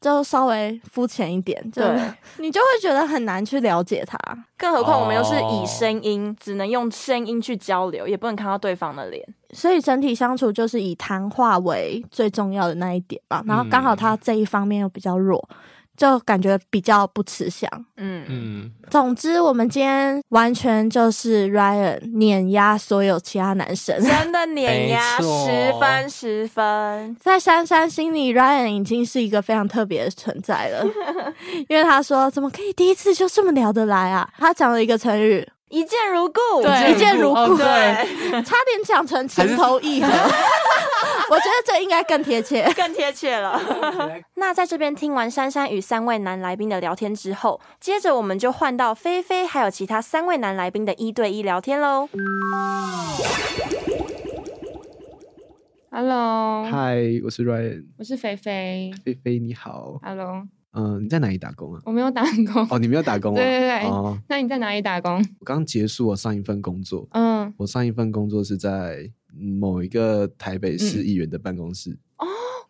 C: 就稍微肤浅一点，就
B: 对，
C: [laughs] 你就会觉得很难去了解他。
B: 更何况我们又是以
A: 哦
B: 声音，只能用声音去交流，也不能看到对方的脸。
C: 所以整体相处就是
A: 嗯
C: 以谈话为最重要的那一点吧，然后刚好他这一方面又比较弱，就感觉比较不吃香。
B: 嗯
A: 嗯，
C: 总之，我们今天完全就是 Ryan 碾压所有其他男生，
B: 真的碾压
A: 没错
B: 十分十分。 [laughs]
C: 在珊珊心里，Ryan 已经是一个非常特别的存在了， [laughs] 因为他说：“怎么可以第一次就这么聊得来啊？”他讲了一个成语
B: 一见如故，
C: 对一见如故
B: 哦对， [laughs]
C: “差点讲成情投意合”，我觉得这应该更贴切。
B: 更贴切
C: [laughs]
B: 了。那在这边听完珊珊与三位男来宾的聊天之后，接着我们就换到菲菲还有其他三位男来宾的一对一聊天喽。
H: Hello，
I: 嗨，我是 Ryan，
H: 我是肥肥。
I: 菲菲你好，
H: Hello，
I: 嗯、你在哪里打工啊？
H: 我没有打工。
I: 哦，你没有打工啊？
H: 对对对。
I: 哦，
H: 那你在哪里打工？
I: 我刚结束我上一份工作，
H: 嗯，
I: 我上一份工作是在某一个台北
H: 嗯
I: 市议员的办公室、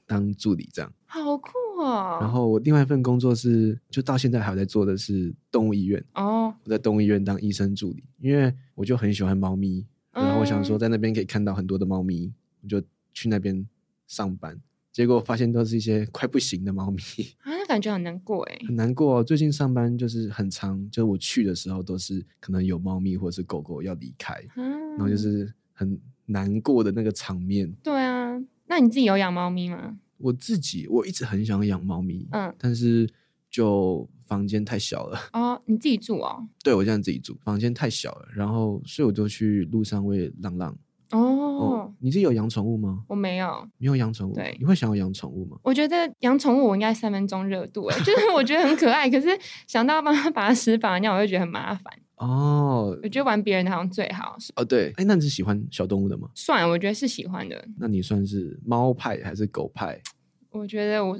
I: 当助理这样。
H: 好酷哦。
I: 然后我另外一份工作是，就到现在还有在做的是动物医院。
H: 哦，
I: 我在动物医院当医生助理，因为我就很喜欢猫咪，然后我想
H: 嗯
I: 说在那边可以看到很多的猫咪，我就去那边上班。结果发现都是一些快不行
H: [laughs]
I: 的猫咪，
H: 啊，那感觉很难过哎。
I: 很难过、哦。最近上班就是很长，就是我去的时候都是可能有猫咪或者是狗狗要离开，然
H: 然
I: 后就是很难过的那个场面。
H: 对啊，那你自己有养猫咪吗？
I: 我自己我一直很想养猫咪，
H: 嗯
I: 但是就房间太小了。
H: 哦，你自己住哦。
I: 对我现在自己住，房间太小了，然后所以我就去路上喂浪浪。
H: 哦，
I: 你自己有养宠物吗？
H: 我没有。
I: 没有养宠物，
H: 对
I: 你会想要养宠物吗？
H: 我觉得养宠物我应该三分钟热度哎， [laughs] 就是我觉得很可爱，可是想到帮它把它屎把尿，我会觉得很麻烦。
I: 哦
H: 我觉得玩别人的好像最好，
I: 哦，对，哎，那你是喜欢小动物的吗？
H: 算了我觉得是喜欢的。
I: 那你算是猫派还是狗
H: [laughs]
I: 派？
H: 我觉得我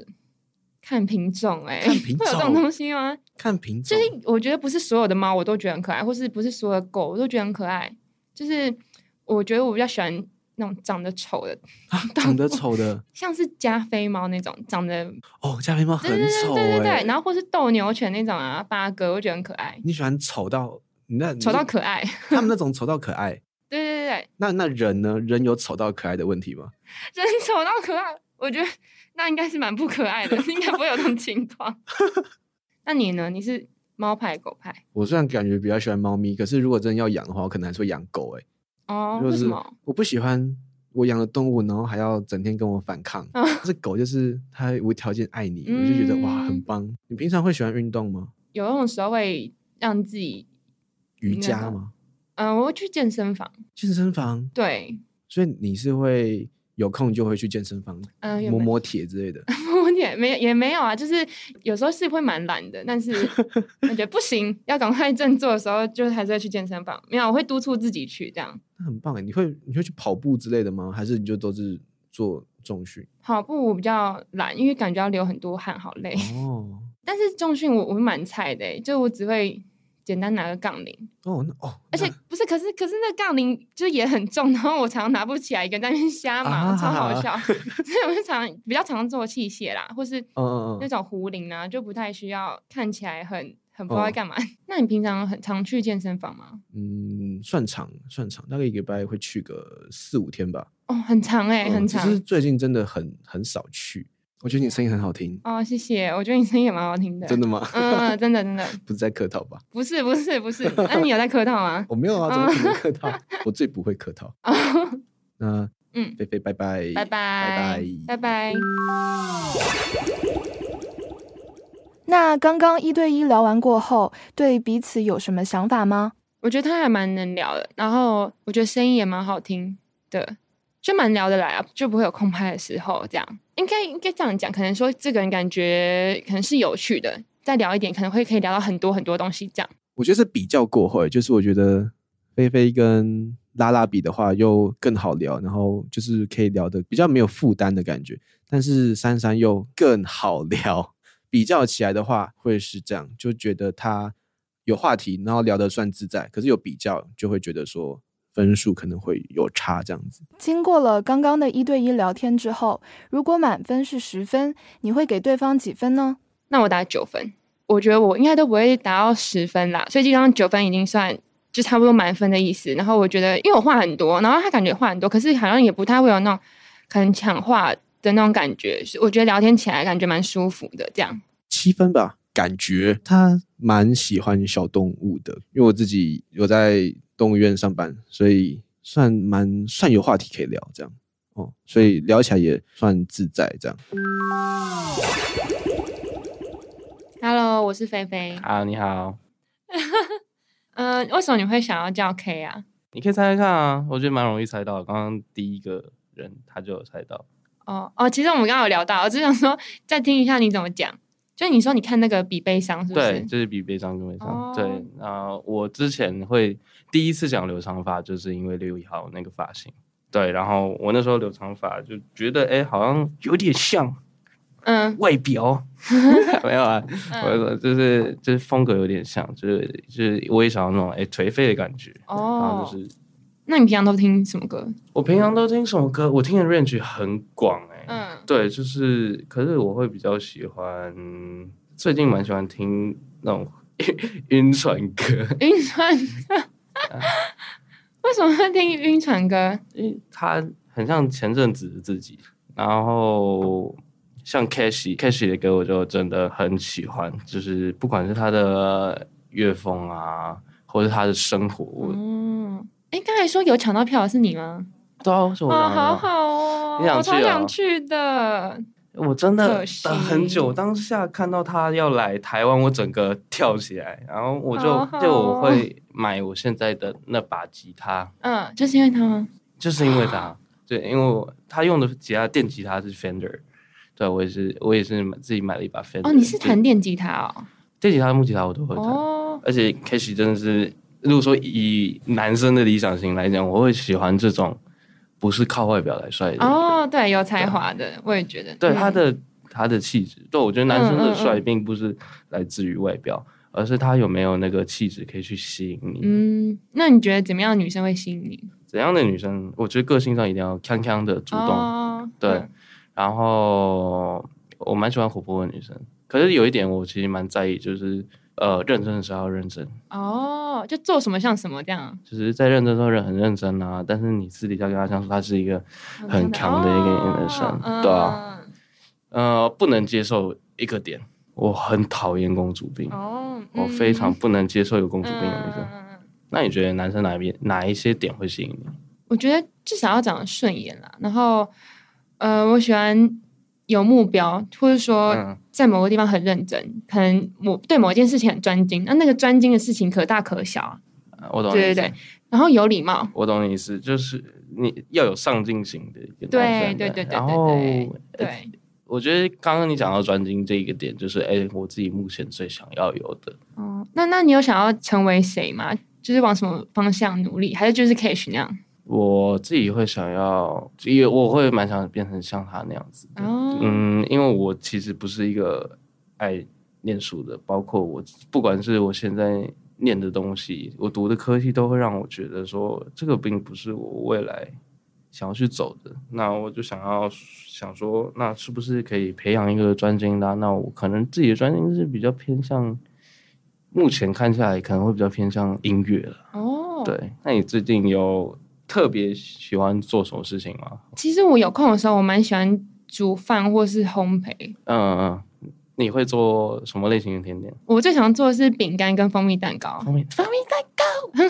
H: 看品种哎、
I: 看
H: [laughs]
I: 品
H: 会有这种
I: 种
H: 东西吗？
I: 看品
H: 就
I: 种，
H: 是我觉得不是所有的猫我都觉得很可爱，或是不是所有的狗我都觉得很可爱。就是我觉得我比较喜欢那种长得丑的，
I: 长得丑的
H: 像是加菲猫那种长得，
I: 哦，加菲猫很
H: 对对对
I: 丑
H: 对对
I: 哎、
H: 对，然后或是斗牛犬那种啊，八哥我觉得很可爱，
I: 你喜欢丑到你那
H: 丑到可爱，
I: [laughs] 他们那种丑到可爱。
H: 对对对对，
I: 那那人呢？人有丑到可爱的问题吗？
H: 人丑到可爱，我觉得那应该是蛮不可爱的，应该不会有这种情
I: [laughs]
H: 况。那你呢？你是猫派狗派？
I: 我虽然感觉比较喜欢猫咪，可是如果真的要养的话，我可能还是会养狗哎、
H: 哦，
I: 就
H: 为
I: 是
H: 什么？
I: 我不喜欢我养的动物，然后还要整天跟我反抗。
H: 嗯
I: 但是狗就是它无条件爱你，我就觉得哇，很
H: 嗯
I: 棒。你平常会喜欢运动吗？
H: 有那种时候会让自己，
I: 瑜
H: 那
I: 伽
H: 个
I: 吗？
H: 嗯、我会去健身房，
I: 健身房？
H: 对，
I: 所以你是会有空就会去健身房
H: 嗯有
I: 磨
H: 没 [laughs]
I: 磨铁之类的。
H: 我也没也没有啊，就是有时候是会蛮懒的，但是我觉得不行，要赶快振作的时候，就还是会去健身房。没有，我会督促自己去这样。
I: 那很棒哎！你会你会去跑步之类的吗？还是你就都是做重训？
H: 跑步我比较懒，因为感觉要流很多汗，好累。
I: 哦
H: 但是重训我我蛮菜的、欸，就我只会简单拿个杠铃，
I: 哦那哦，
H: 而且不是，可是可是那杠铃就也很重，然后我常常拿不起来，一个人在那边瞎忙，
I: 啊
H: 超好笑。 [laughs] 所以我就常比较常做器械啦，或是
I: 嗯嗯嗯
H: 那种壶铃啊，就不太需要看起来很很不知道在
I: 哦
H: 干嘛。 [laughs] 那你平常很常去健身房吗？
I: 嗯，算长算长，大概一个礼拜会去个四五天吧。
H: 哦，很长哎、
I: 嗯
H: 很
I: 只
H: 长。
I: 是最近真的很很少去。我觉得你声音很好听，
H: 哦，谢谢，我觉得你声音也蛮好听的。
I: 真的吗？
H: 嗯，嗯真的真的，
I: 不是在客套吧？
H: 不是不是不是，那你有在客套吗？
I: 我没有啊，怎么可
H: 嗯
I: 能客套？我最不会客套。那
H: 嗯
I: 菲菲，拜拜，
H: [laughs] 拜拜拜
I: 拜拜。
H: 拜。
F: 那刚刚一对一聊完过后，对彼此有什么想法吗？
H: 我觉得他还蛮能聊的，然后我觉得声音也蛮好听的，就蛮聊得来啊，就不会有空拍的时候这样。应该应该这样讲，可能说这个人感觉可能是有趣的，再聊一点可能会可以聊到很多很多东西这样。
I: 我觉得是比较过后，就是我觉得菲菲跟拉拉比的话又更好聊，然后就是可以聊的比较没有负担的感觉，但是珊珊又更好聊。比较起来的话，会是这样，就觉得她有话题，然后聊得算自在，可是有比较就会觉得说分数可能会有差这样子。
F: 经过了刚刚的一对一聊天之后，如果满分是十分，你会给对方几分呢？
H: 那我打九分，我觉得我应该都不会达到十分啦，所以基本上九分已经算就差不多满分的意思。然后我觉得，因为我话很多，然后他感觉话很多，可是好像也不太会有那种很抢话的那种感觉，我觉得聊天起来感觉蛮舒服的这样。
I: 七分吧，感觉他蛮喜欢小动物的，因为我自己有在动物园上班，所以算蛮算有话题可以聊这样哦，所以聊起来也算自在这样。
H: Hello，我是菲菲。
J: 啊，你好，
H: 嗯、为什么你会想要叫 K 啊？
J: 你可以猜猜看啊，我觉得蛮容易猜到的。刚刚第一个人他就有猜到，
H: 哦哦，其实我们刚刚有聊到，我只想说再听一下你怎么讲。就是你说你看那个比悲伤是不是？
J: 对，就是比悲伤更悲伤。
H: 哦
J: 对，那我之前会第一次讲留长发，就是因为六一号那个发型。对，然后我那时候留长发就觉得，哎，好像有点像
H: 嗯，
J: 外
H: [laughs]
J: 表没有啊，我说就是就是风格有点像，就是就是我也想要那种哎颓废的感觉。然后
H: 哦
J: 就，是
H: 那你平常都听什么歌？
J: 我平常都听什么歌，我听的 range 很广哎、
H: 嗯，
J: 对，就是，可是我会比较喜欢，最近蛮喜欢听那种 [laughs] 晕船歌，
H: 晕船歌。
J: 呃
H: [laughs] 为什么会听晕船歌？
J: 他很像前阵子的自己。然后像 Cashy，Cashy 的歌我就真的很喜欢，就是不管是他的乐风啊，或是他的生活，我
H: 嗯，哎，刚才说有抢到票的是你吗？
J: 对啊，为什么
H: 哦，
J: 抢到
H: 好好哦，
J: 你想去
H: 我超
J: 哦
H: 想去的。
J: 我真的
H: 可惜
J: 等很久，当下看到他要来台湾，我整个 [laughs] 跳起来，然后我就
H: 好好
J: 就我会买我现在的那把吉他，
H: 嗯，就是因为他吗？
J: 就是因为
H: 啊
J: 他，对，因为我他用的吉他电吉他是 Fender，对我也是我也是买自己买了一把 Fender。
H: 哦，你是弹
J: 就
H: 电吉他哦。
J: 电吉他、木吉他我都会弹，
H: 哦，
J: 而且 k a s h 真的是，如果说以男生的理想型来讲，我会喜欢这种不是靠外表来帅的人
H: 哦，对，有才华的，我也觉得。
J: 啊对
H: 嗯
J: 他的他的气质，对我觉得男生
H: 嗯嗯
J: 的
H: 嗯
J: 帅并不是来自于外表，而是他有没有那个气质可以去吸引你。
H: 嗯，那你觉得怎么样的女生会吸引你？
J: 怎样的女生，我觉得个性上一定要锵锵的主动，
H: 哦
J: 对。
H: 嗯
J: 然后我蛮喜欢活泼的女生，可是有一点我其实蛮在意，就是呃，认真的时候要认真，
H: 哦，就做什么像什么这样。
J: 就是在认真的时候人很认真啊，但是你私底下跟她相处，她是一个很强的一个女生，
H: 哦
J: 对啊，
H: 嗯
J: 呃，不能接受一个点，我很讨厌公主病。
H: 哦，
J: 我
H: 嗯
J: 非常不能接受有公主病的女生。那你觉得男生哪一边哪一些点会吸引你？
H: 我觉得至少要长得顺眼啦。然后，呃，我喜欢有目标，或者说
J: 嗯
H: 在某个地方很认真，可能我对某件事情很专精，那那个专精的事情可大可小啊。
J: 啊我懂，
H: 对对对，，然后有礼貌，
J: 我懂你意思，就是你要有上进心的一个男
H: 对
J: 生
H: 对对对对
J: 然后，呃
H: 对，
J: 我觉得刚刚你讲到专精这一个点，就是哎、我自己目前最想要有的。
H: 哦，那那你有想要成为谁吗？就是往什么方向努力，还是就是 cash 那样？
J: 我自己会想要，也我会蛮想变成像他那样子。
H: 哦，
J: 嗯，因为我其实不是一个爱念书的，包括我，不管是我现在念的东西，我读的科系，都会让我觉得说，这个并不是我未来想要去走的。那我就想要想说，那是不是可以培养一个专精的啊、那我可能自己的专精是比较偏向，目前看下来可能会比较偏向音乐了。
H: 哦，
J: 对，那你最近有特别喜欢做什么事情吗？
H: 其实我有空的时候，我蛮喜欢煮饭或是烘焙。
J: 嗯嗯，你会做什么类型的甜点？
H: 我最想做的是饼干跟蜂蜜蛋糕。
J: 蜂蜜
H: 蜂蜜蛋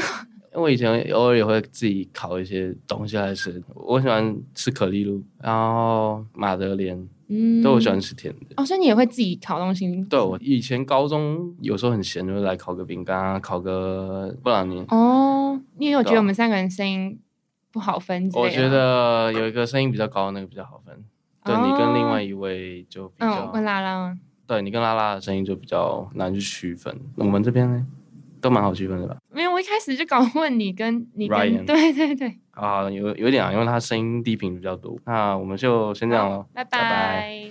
J: 我以前偶尔也会自己烤一些东西来吃，我喜欢吃可丽露，然后马德莲，
H: 嗯
J: 都我喜欢吃甜的。
H: 哦，所以你也会自己烤东西？
J: 对，我以前高中有时候很闲，就会来烤个饼干啊，烤个布朗尼。
H: 哦，你也有觉
J: 对
H: 得
J: 啊
H: 我们三个人声音不好分之类
J: 我
H: 的吗？嗯
J: 觉得有一个声音比较高的那个比较好分，对你跟另外一位就比
H: 嗯，
J: 较，
H: 问拉拉吗，
J: 对你跟拉拉的声音就比较难去区分。我们这边呢，都蛮好区分的吧？
H: 没有，我一开始就搞混你跟你跟，
J: Ryan
H: [laughs] 对对对，
J: 啊，有有一点啊，因为他声音低频比较多。那我们就先这样了，
H: 拜
J: 拜
H: 拜。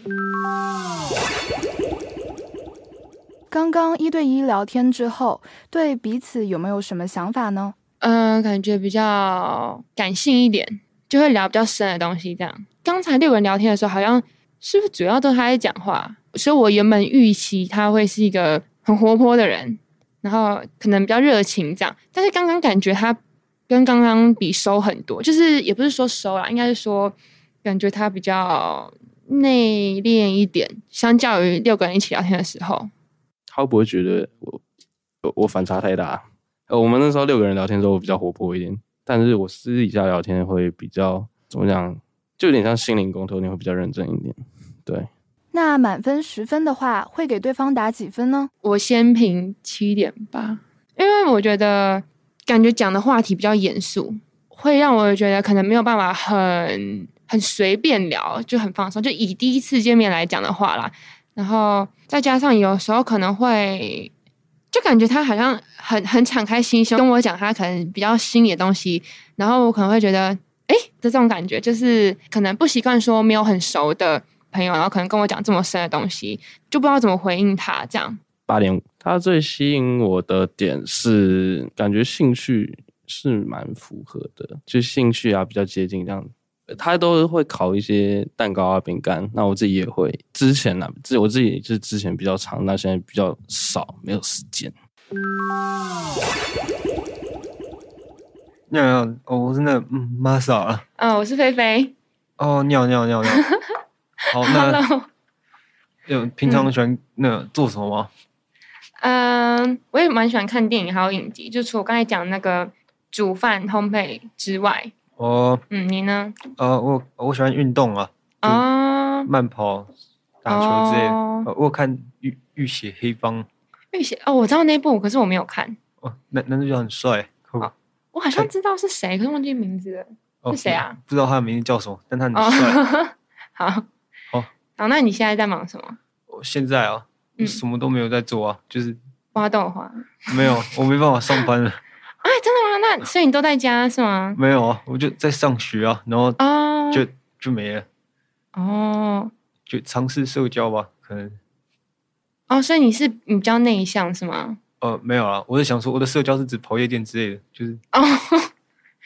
F: 刚刚一对一聊天之后，对彼此有没有什么想法呢？
H: 嗯，感觉比较感性一点，就会聊比较深的东西。这样，刚才六个人聊天的时候，好像是不是主要都是他在讲话？所以我原本预期他会是一个很活泼的人，然后可能比较热情这样。但是刚刚感觉他跟刚刚比收很多，就是也不是说收啦，应该是说感觉他比较内敛一点，相较于六个人一起聊天的时候，
J: 他会不会觉得我我我反差太大？呃，我们那时候六个人聊天的时候，我比较活泼一点，但是我私底下聊天会比较怎么讲，就有点像心灵沟通，你会比较认真一点。对，
F: 那满分十分的话，会给对方打几分呢？
H: 我先评七点吧，因为我觉得感觉讲的话题比较严肃，会让我觉得可能没有办法很很随便聊，就很放松。就以第一次见面来讲的话啦，然后再加上有时候可能会。就感觉他好像很很敞开心胸，跟我讲他可能比较新的东西，然后我可能会觉得，哎、这种感觉就是可能不习惯说没有很熟的朋友，然后可能跟我讲这么深的东西，就不知道怎么回应他这样。
J: 八点五。他最吸引我的点是，感觉兴趣是蛮符合的，就兴趣啊比较接近这样。他都会烤一些蛋糕啊、饼干，那我自己也会。之前呢、啊，自我自己就是之前比较长，那现在比较少，没有时间。
K: 尿尿哦，我真的嗯，妈傻了
H: 嗯、我是菲菲。
K: 哦，尿尿尿尿。
H: [laughs]
K: 好，那
H: Hello
K: 有平常喜欢那做什么吗？
H: 嗯，我也蛮喜欢看电影还有影集，就除我刚才讲那个煮饭、烘焙之外，
K: 哦，
H: 嗯，你呢？
K: 呃，我我喜欢运动啊，
H: 啊、
K: 慢跑、打球之类的。
H: 哦
K: 呃我有看《浴浴血黑帮》，
H: 浴血哦，我知道那部，可是我没有看，
K: 哦，男男主角很帅。酷
H: 我好像知道是谁，可是忘记名字了。
K: 哦
H: 是谁啊？
K: 不知道他的名字叫什么，但他很
H: 哦
K: 帅。，
H: [laughs]
K: 哦
H: 好，
K: 好，
H: 好，那你现在在忙什么？
K: 我现在啊，
H: 嗯
K: 什么都没有在做啊，就是
H: 挖豆花啊？
K: [laughs] 没有，我没办法上班了。 [laughs]
H: 真的吗？那所以你都在家是吗？
K: 没有啊，我就在上学啊，然后
H: 哦
K: 就就没了，
H: 哦
K: 就尝试社交吧，可能
H: 哦，所以你是你比较内向是吗？
K: 呃没有啊，我是想说我的社交是指跑夜店之类的，就是
H: 哦，
K: [laughs]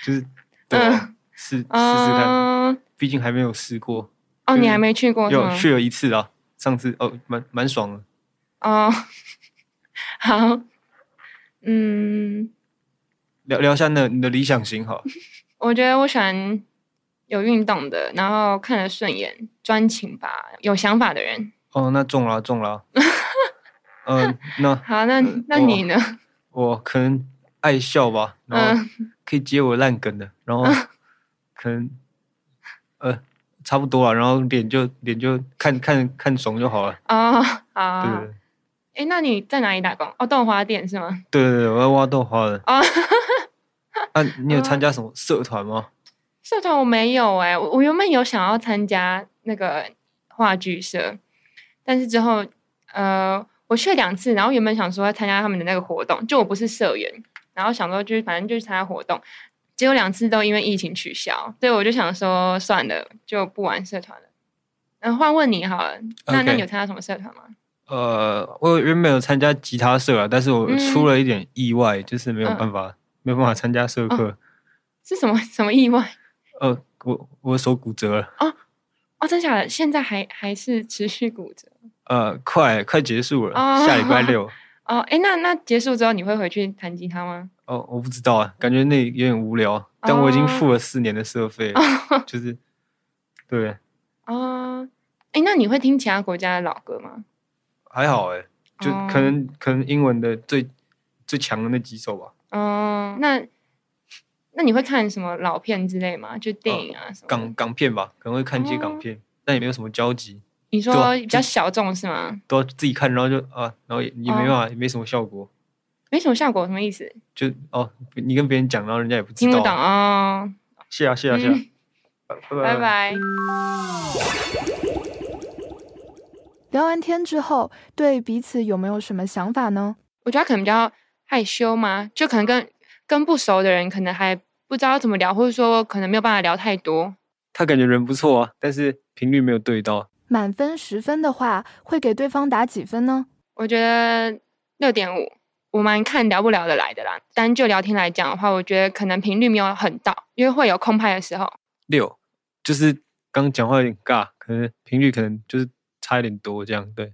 K: 就是对啊，试试试看，
H: 嗯，
K: 毕竟还没有试过。
H: 哦，
K: 就是
H: 你还没去过是
K: 有
H: 吗？
K: 去了一次啊，上次哦蛮蛮爽的。
H: 哦， [laughs] 好，嗯，
K: 聊聊一下那你的理想型好
H: [laughs]
K: 了，
H: 我觉得我喜欢有运动的，然后看得顺眼、专情吧，有想法的人。
K: 哦那中了啊
H: [laughs]
K: 中了啊，嗯那
H: 好，那
K: 嗯
H: 那你呢？
K: 我可能爱笑吧，然后
H: 嗯
K: 可以接我烂梗的，
H: [laughs]
K: 然后可能呃差不多了，然后脸就脸就看看看怂就好了。
H: 哦，好，
K: 对
H: 哎，那你在哪里打工？哦，豆花店是吗？
K: 对对对，我要挖豆花了。
H: 哦，
K: 啊，你有参加
H: 嗯
K: 什么社团吗？
H: 社团我没有哎、我我原本有想要参加那个话剧社，但是之后呃，我去了两次，然后原本想说要参加他们的那个活动，就我不是社员，然后想说就是反正就去参加活动，结果两次都因为疫情取消，所以我就想说算了，就不玩社团了。嗯，换问你好了，那那
K: OK
H: 你有参加什么社团吗？
K: 呃，我原本有参加吉他社啊，但是我
H: 嗯
K: 出了一点意外，就是没有
H: 嗯
K: 办法，没有办法参加社课。
H: 是什么 [laughs] 什么意外？
K: 呃，我我手骨折了，
H: 哦，真假的？现在还还是持续骨折
K: 呃，快快结束了，
H: 哦
K: 下礼拜六。
H: 哦？哎，那那结束之后你会回去弹吉他吗？
K: 哦，我不知道啊，感觉那有点无聊，但我已经
H: 哦
K: 付了四年的社
H: [laughs]
K: 费了，就是对，
H: 哦，哎，那你会听其他国家的老歌吗？
K: 还好哎、就
H: 哦
K: 可能、可能英文的最最强的那几首吧，
H: 哦，那那你会看什么老片之类吗？就电影啊什么的？
K: 港港片吧，可能会看一些
H: 哦
K: 港片，但也没有什么交集，
H: 你
K: 对啊
H: 说比较小众是吗？
K: 都要自己看，然后就啊，然后也也没办法，
H: 哦
K: 也没什么效果，
H: 没什么效果，什么意思？
K: 就哦，你跟别人讲，然后人家也不知
H: 听不
K: 道
H: 懂
K: 啊，
H: 哦。
K: 谢啊谢啊谢啊
H: 嗯，
K: 拜
H: 拜拜。
F: 聊完天之后，对彼此有没有什么想法呢？
H: 我觉得他可能比较害羞嘛，就可能跟跟不熟的人可能还不知道怎么聊，或者说可能没有办法聊太多。
K: 他感觉人不错啊，但是频率没有对到，
F: 满分十分的话，会给对方打几分呢？
H: 我觉得六点五，我蛮看聊不聊得来的啦。单就聊天来讲的话，我觉得可能频率没有很到，因为会有空拍的时候。
K: 六，就是刚讲话有点尬，可能频率可能就是差一点多这样。对，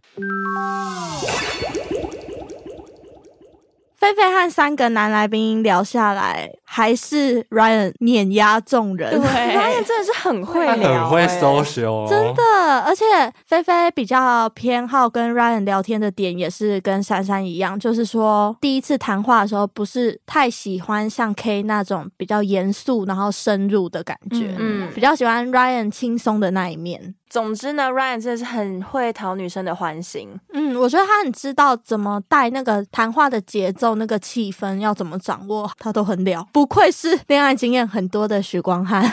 C: 菲菲和三个男来宾聊下来，还是 Ryan 碾压众人。
B: 对
C: [laughs]
B: ，Ryan 真的是很会
A: 他
B: 聊、
A: 很会
B: 欸
A: social，哦
C: 真的，而且菲菲比较偏好跟 Ryan 聊天的点也是跟珊珊一样，就是说第一次谈话的时候不是太喜欢像 K 那种比较严肃然后深入的感觉，
B: 嗯嗯
C: 比较喜欢 Ryan 轻松的那一面。
B: 总之呢，Ryan 真的是很会讨女生的欢心。
C: 嗯，我觉得他很知道怎么带那个谈话的节奏，那个气氛要怎么掌握，他都很了。不愧是恋爱经验很多的许光汉。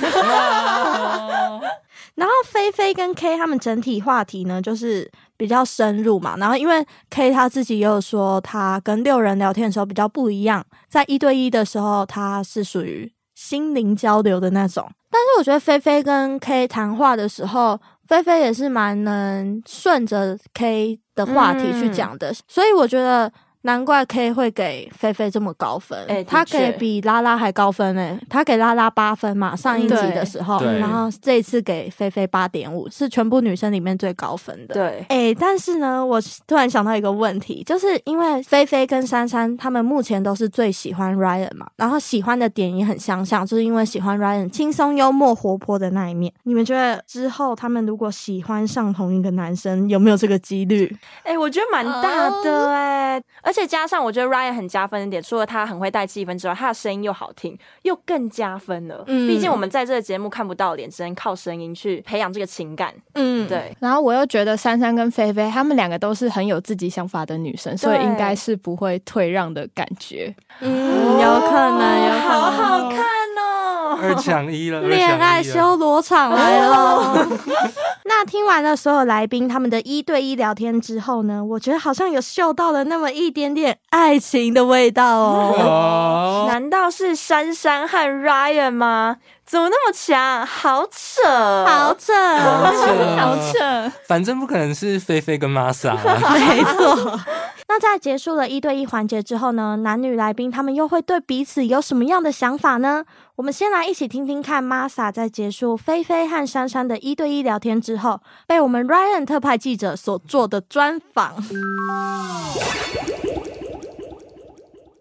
C: 然后菲菲跟 K 他们整体话题呢，就是比较深入嘛。然后因为 K 他自己也有说，他跟六人聊天的时候比较不一样，在一对一的时候，他是属于心灵交流的那种。但是我觉得菲菲跟 K 谈话的时候，菲菲也是蛮能顺着 K 的话题去讲的，所以我觉得。难怪 K 会给菲菲这么高分，
B: 哎的
C: 他给
B: 确
C: 比拉拉还高分诶、他给拉拉八分嘛，上一集
B: 对
C: 的时候，
B: 对
C: 然后这一次给菲菲八点五，是全部女生里面最高分的。
B: 对，
C: 哎、但是呢，我突然想到一个问题，就是因为菲菲跟珊珊他们目前都是最喜欢 Ryan 嘛，然后喜欢的点也很相像，就是因为喜欢 Ryan 轻松、幽默、活泼的那一面。你们觉得之后他们如果喜欢上同一个男生，有没有这个几率？
B: 哎、我觉得蛮大的哎、而且加上我觉得 Ryan 很加分的点，除了他很会带气氛之外，他的声音又好听，又更加分了。
C: 嗯
B: 毕竟我们在这个节目看不到脸，只能靠声音去培养这个情感。
C: 嗯
B: 对，
D: 然后我又觉得珊珊跟菲菲她们两个都是很有自己想法的女生，所以应该是不会退让的感觉。
C: 嗯，有可能，有可能。好好看
B: 哦
A: [laughs] 二抢一了，二抢一
C: 恋
A: 了
C: 爱修罗场来了。 [laughs] 那听完了所有来宾他们的一对一聊天之后呢，我觉得好像有嗅到了那么一点点爱情的味道哦。
B: 难道是珊珊和 Ryan 吗？怎么那么强？好扯，
C: 好扯，
A: 好扯哦
B: 好
D: 扯。
A: 反正不可能是菲菲跟玛莎啦。
C: [laughs] 没错。那在结束了一对一环节之后呢，男女来宾他们又会对彼此有什么样的想法呢？我们先来一起听听看，Masa 在结束菲菲和珊珊的一对一聊天之后，被我们 Ryan 特派记者所做的专访。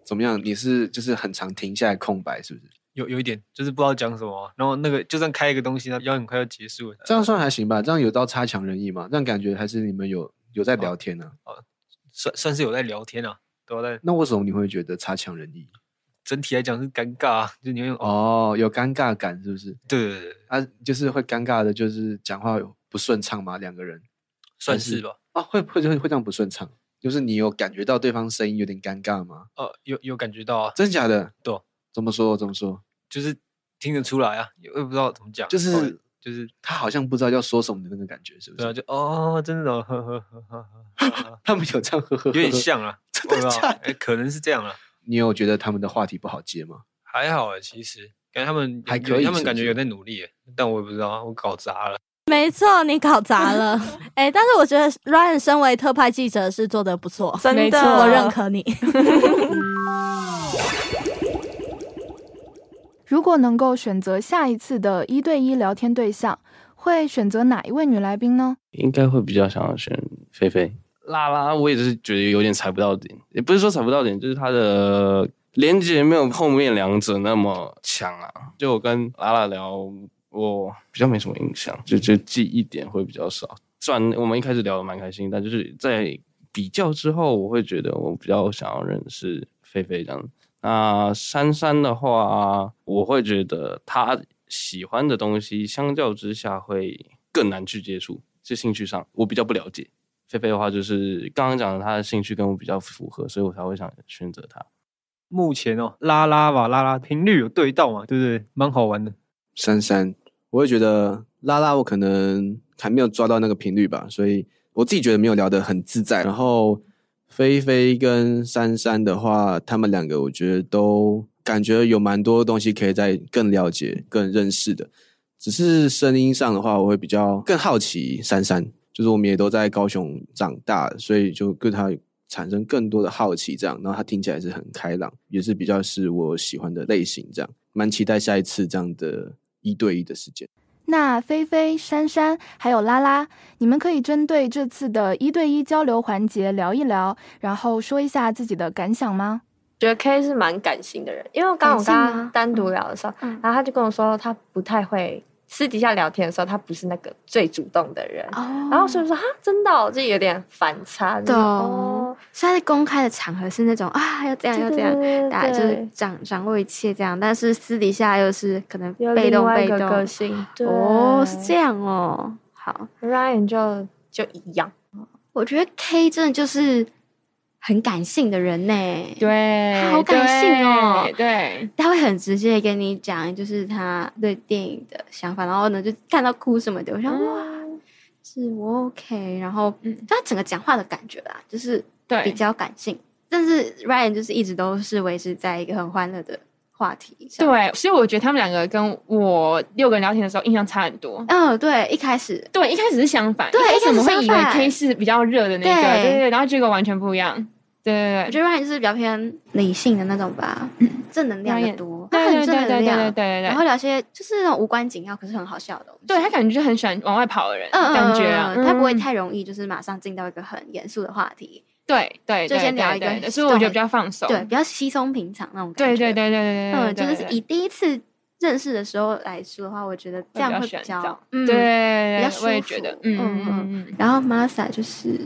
I: 怎么样？你是就是很常停下来空白，是不是？
K: 有有一点就是不知道讲什么啊，然后那个就算开一个东西，它要很快要结束了，
I: 这样算还行吧？这样有到差强人意嘛？这样感觉还是你们有有在聊天呢、
K: 啊算算是有在聊天啊，对吧？但
I: 那为什么你会觉得差强人意？
K: 整体来讲是尴尬、啊，就你会哦，
I: 哦，有尴尬感是不是？
K: 对对对，
I: 啊，就是会尴尬的，就是讲话有不顺畅嘛，两个人
K: 算
I: 还是
K: 是吧。
I: 啊，会会会会这样不顺畅，就是你有感觉到对方声音有点尴尬吗？
K: 哦、有有感觉到啊，
I: 真假的？
K: 对，
I: 怎么说？怎么说？
K: 就是听得出来啊，也我也不知道怎么讲，
I: 就
K: 哦
I: 是
K: 就是
I: 他好像不知道要说什么的那个感觉，是不
K: 对啊，
I: 是？
K: 就哦，真的哦，呵呵呵呵
I: [laughs]
K: 呵，
I: 他们有这样呵呵，
K: 啊有点。
I: [laughs]
K: 像啊，真的假的？哎可能是这样啊，
I: 你有觉得他们的话题不好接吗？
K: 还好啊，其实感觉他们
I: 还
K: 有
I: 可以
K: 他们
I: 是
K: 感
I: 不
K: 觉
I: 是
K: 有在努力耶，但我也不知道啊，我搞砸了。
C: 没错，你搞砸了。 [laughs] 哎、但是我觉得 Ryan 身为特派记者是做的不错，
B: 真的
C: 没错我认可你。
F: 如果能够选择下一次的一对一聊天对象，会选择哪一位女来宾呢？
J: 应该会比较想要选菲菲。拉拉，我也是觉得有点踩不到点，也不是说踩不到点，就是她的连接没有后面两者那么强啊。就我跟拉拉聊，我比较没什么印象，就就记忆点会比较少。虽然我们一开始聊的蛮开心，但就是在比较之后，我会觉得我比较想要认识菲菲这样子。那珊珊的话，我会觉得她喜欢的东西相较之下会更难去接触，是兴趣上我比较不了解。菲菲的话就是刚刚讲的，她的兴趣跟我比较符合，所以我才会想选择她。
K: 目前哦，拉拉吧，拉拉频率有对到嘛，对不对？蛮好玩的。
I: 珊珊，我会觉得拉拉我可能还没有抓到那个频率吧，所以我自己觉得没有聊得很自在。然后菲菲跟珊珊的话，他们两个我觉得都感觉有蛮多东西可以再更了解、更认识的。只是声音上的话，我会比较更好奇珊珊，就是我们也都在高雄长大，所以就对她产生更多的好奇，这样，然后她听起来是很开朗，也是比较是我喜欢的类型，这样，蛮期待下一次这样的一对一的时间。
F: 那菲菲、珊珊还有拉拉，你们可以针对这次的一对一交流环节聊一聊，然后说一下自己的感想吗？
L: 觉得 K 是蛮感性的人，因为刚刚我跟
G: 感性
L: 他
G: 吗
L: 单独聊的时候，
G: 嗯
L: 然后他就跟我说他不太会。私底下聊天的时候，他不是那个最主动的人，然后所以说哈，真的、哦，这有点反差，就是
G: 懂
L: 哦，
G: 虽然在公开的场合是那种啊，要这样
L: 对
G: 要
L: 对
G: 这样
L: 对对，
G: 大家就
L: 对
G: 是掌掌握一切这样，但是私底下又是可能
L: 有
G: 被
L: 另
G: 动
L: 外
G: 被
L: 一个
G: 动
L: 个性对
G: 哦，是这样哦。好
L: ，Ryan 就就一样，
G: 我觉得 K 真的就是很感性的人呢，
H: 对
G: 好感性哦
H: 对，对
G: 他会很直接地跟你讲，就是他对电影的想法，然后呢就看到哭什么的，我想、
L: 嗯
G: 哇，是我 OK，然后、他整个讲话的感觉啦，就是
H: 嗯对
G: 比较感性，但是 Ryan 就是一直都是维持在一个很欢乐的话题上，
H: 对，所以我觉得他们两个跟我六个人聊天的时候印象差很多。
G: 嗯，对，一开始
H: 对，一开始是相反，
G: 对
H: 一开始我们会
G: 一
H: 以
G: 开
H: 为
G: 始相反
H: K 是比较热的那个，
G: 对
H: 对对对，然后结果完全不一样。对对对，
G: 我觉得 Ryan 就是比较偏理性的那种吧，正能量的
H: Ryan，
G: 多，
H: 对
G: 他很
H: 对
G: 正
H: 对对
G: 能量，
H: 对对对对
G: 然后聊些就是那种无关紧要可是很好笑的东西，
H: 对他感觉就很喜欢往外跑的人，
G: 嗯，
H: 感觉啊
G: 嗯，他不会
H: 嗯
G: 太容易就是马上进到一个很严肃的话题，
H: 对对，
G: 就
H: 对
G: 先
H: 对
G: 聊一个
H: 对对所
G: 动
H: 以我觉得
G: 的
H: 比较放松，
G: 对，比较稀松平常那种感
H: 对
G: 觉，
H: 对对对对对，
G: 嗯，就
H: 对
G: 是以第一次认识的时候来说的话，我觉得这样会比较，嗯，
H: 对
G: 比
H: 对对，
G: 较舒服，
H: 我也觉得，嗯嗯嗯嗯，
G: 然后 Masa 就是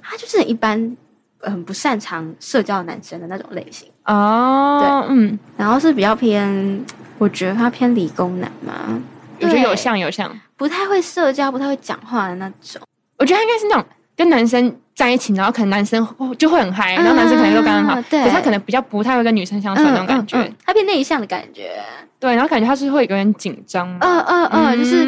G: 他就是一般很不擅长社交的男生的那种类型，
H: 哦，
G: 对
H: 嗯，
G: 然后是比较偏，我觉得他偏理工男嘛，
H: 我觉得有
G: 对
H: 像有像，
G: 不太会社交、不太会讲话的那种。
H: 我觉得他应该是那种跟男生在一起，然后可能男生会就会很嗨，
G: 嗯
H: 然后男生可能都刚刚好
G: 啊，对
H: 可是他可能比较不太会跟女生相处的那种感
G: 嗯嗯
H: 觉
G: 嗯，他变内向的感觉。
H: 对，然后感觉他是会有点紧张嘛，
G: 嗯嗯嗯，就是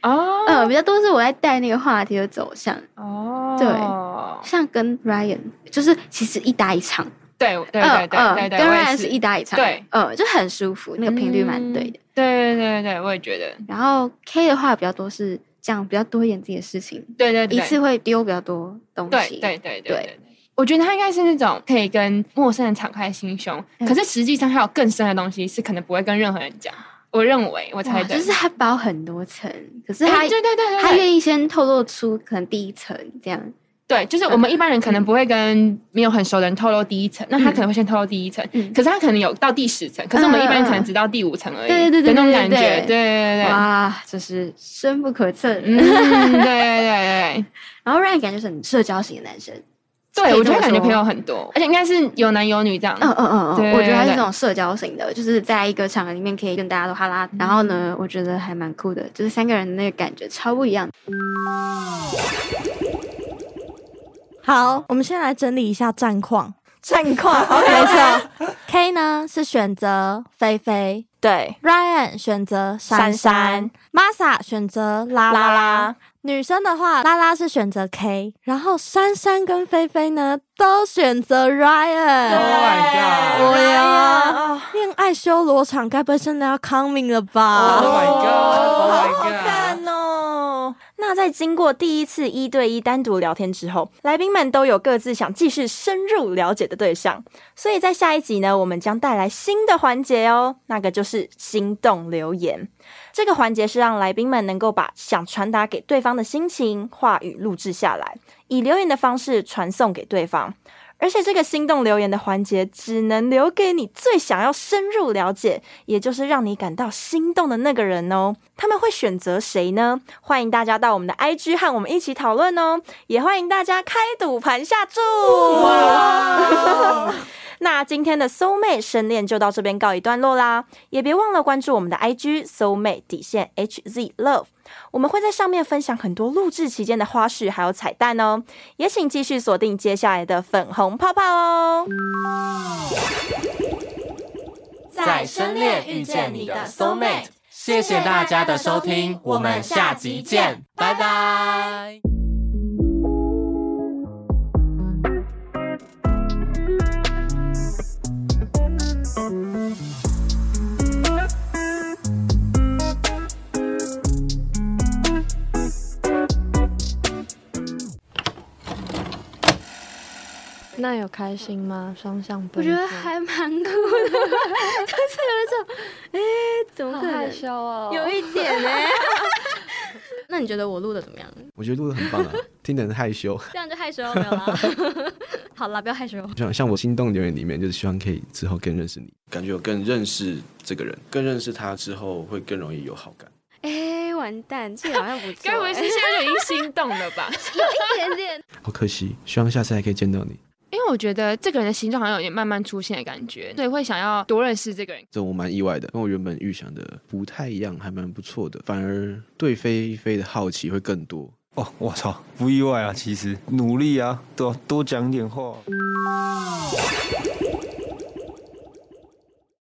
H: 哦，
G: 呃，比较多是我在带那个话题的走向。
H: 哦
G: 对，像跟 Ryan，就是其实一搭一唱。
H: 对对对
G: 嗯嗯
H: 对对对，
G: 跟
H: 我也
G: Ryan 是一搭一唱。
H: 对，嗯
G: 呃，就很舒服，那个频率蛮对的。
H: 对对对对，我也觉得，
G: 然后 K 的话比较多是这样，比较多一点自己的事情。
H: 对对对
G: 一次会丢比较多东
H: 对
G: 西。
H: 对对对
G: 对。
H: 对。我觉得他应该是那种可以跟陌生人敞开心胸，
G: 嗯
H: 可是实际上还有更深的东西是可能不会跟任何人讲。我认为，我
G: 哇
H: 猜
G: 就是他包很多层，可是
H: 哎
G: 他、
H: 对对对对
G: 他
H: 对
G: 愿意先透露出可能第一层这样，
H: 对，就是我
G: 嗯
H: 们一般人可能不会跟没有很熟的人透露第一层，那他可能会先透露第一层，
G: 嗯
H: 可是他可能有到第十层，可是我们一般人可能只到第五层而已，
G: 对对对对
H: 的那种感
G: 对
H: 觉，对
G: 对对
H: 对对，
G: 哇，就是深不可测。
H: 嗯，对对对
G: [laughs] 然后 Ryan 感觉是很社交型的男生，
H: 对，
G: 可以
H: 对我觉
G: 这
H: 得
G: 么
H: 感觉
G: 说
H: 朋友很多，而且应该是有男有女这样，
G: 嗯嗯嗯
H: 对
G: 嗯，我觉得他是
H: 对
G: 这种社交型的，就是在一个场合里面可以跟大家都哈
H: 嗯
G: 拉，然后呢，我觉得还蛮酷的，就是三个人的那个感觉超不一样。
C: 好，我们先来整理一下战况。
B: 战况
C: 没错。K [laughs] 呢是选择菲菲，
B: 对
C: ；Ryan 选择珊珊
B: 珊
C: ；Masa 选择拉
B: 拉
C: 拉
B: 拉。
C: 女生的话，拉拉是选择 K，然后珊珊跟菲菲呢都选择 Ryan。Oh
A: my
C: god！我呀，恋爱修罗场该不会真的要 coming 了吧
A: Oh my god！Oh my god！
B: 看哦。那在经过第一次一对一单独聊天之后，来宾们都有各自想继续深入了解的对象，所以在下一集呢，我们将带来新的环节哦，那个就是心动留言。这个环节是让来宾们能够把想传达给对方的心情、话语录制下来，以留言的方式传送给对方。而且这个心动留言的环节，只能留给你最想要深入了解，也就是让你感到心动的那个人哦。他们会选择谁呢？欢迎大家到我们的 IG 和我们一起讨论哦，也欢迎大家开赌盘下注。那今天的 Soul 妹深恋就到这边告一段落啦，也别忘了关注我们的 IG Soul 妹底线 HZ Love，我们会在上面分享很多录制期间的花絮还有彩蛋哦，也请继续锁定接下来的粉红泡泡哦。
M: 在深恋遇见你的 soul mate。谢谢大家的收听，我们下集见，拜拜。
L: 那有开心吗？双向奔赴，
G: 我觉得还蛮酷的，就是有一种，哎、怎么
L: 好
G: 可能？
L: 害羞哦
G: 有一点欸呢、 [laughs] 那你觉得我录的怎么样？
I: 我觉得录的很棒啊，听得很害羞。
G: [laughs] 这样就害羞没有啦。好了，不要害羞。
I: 像像我心动留言里面，就是希望可以之后更认识你，
N: 感觉我更认识这个人，更认识他之后会更容易有好感。
G: 哎、完蛋，这个好像不错、欸。
H: 该不会是现在就已经心动了吧？
G: 有一点点。
I: 好可惜，希望下次还可以见到你。
H: [laughs] 因为我觉得这个人的形状好像有点慢慢出现的感觉，所以会想要多认识这个人。
I: 这我蛮意外的，跟我原本预想的不太一样，还蛮不错的，反而对菲菲的好奇会更多。
K: 哦，我操，不意外啊，其实努力啊，对啊，多讲点话。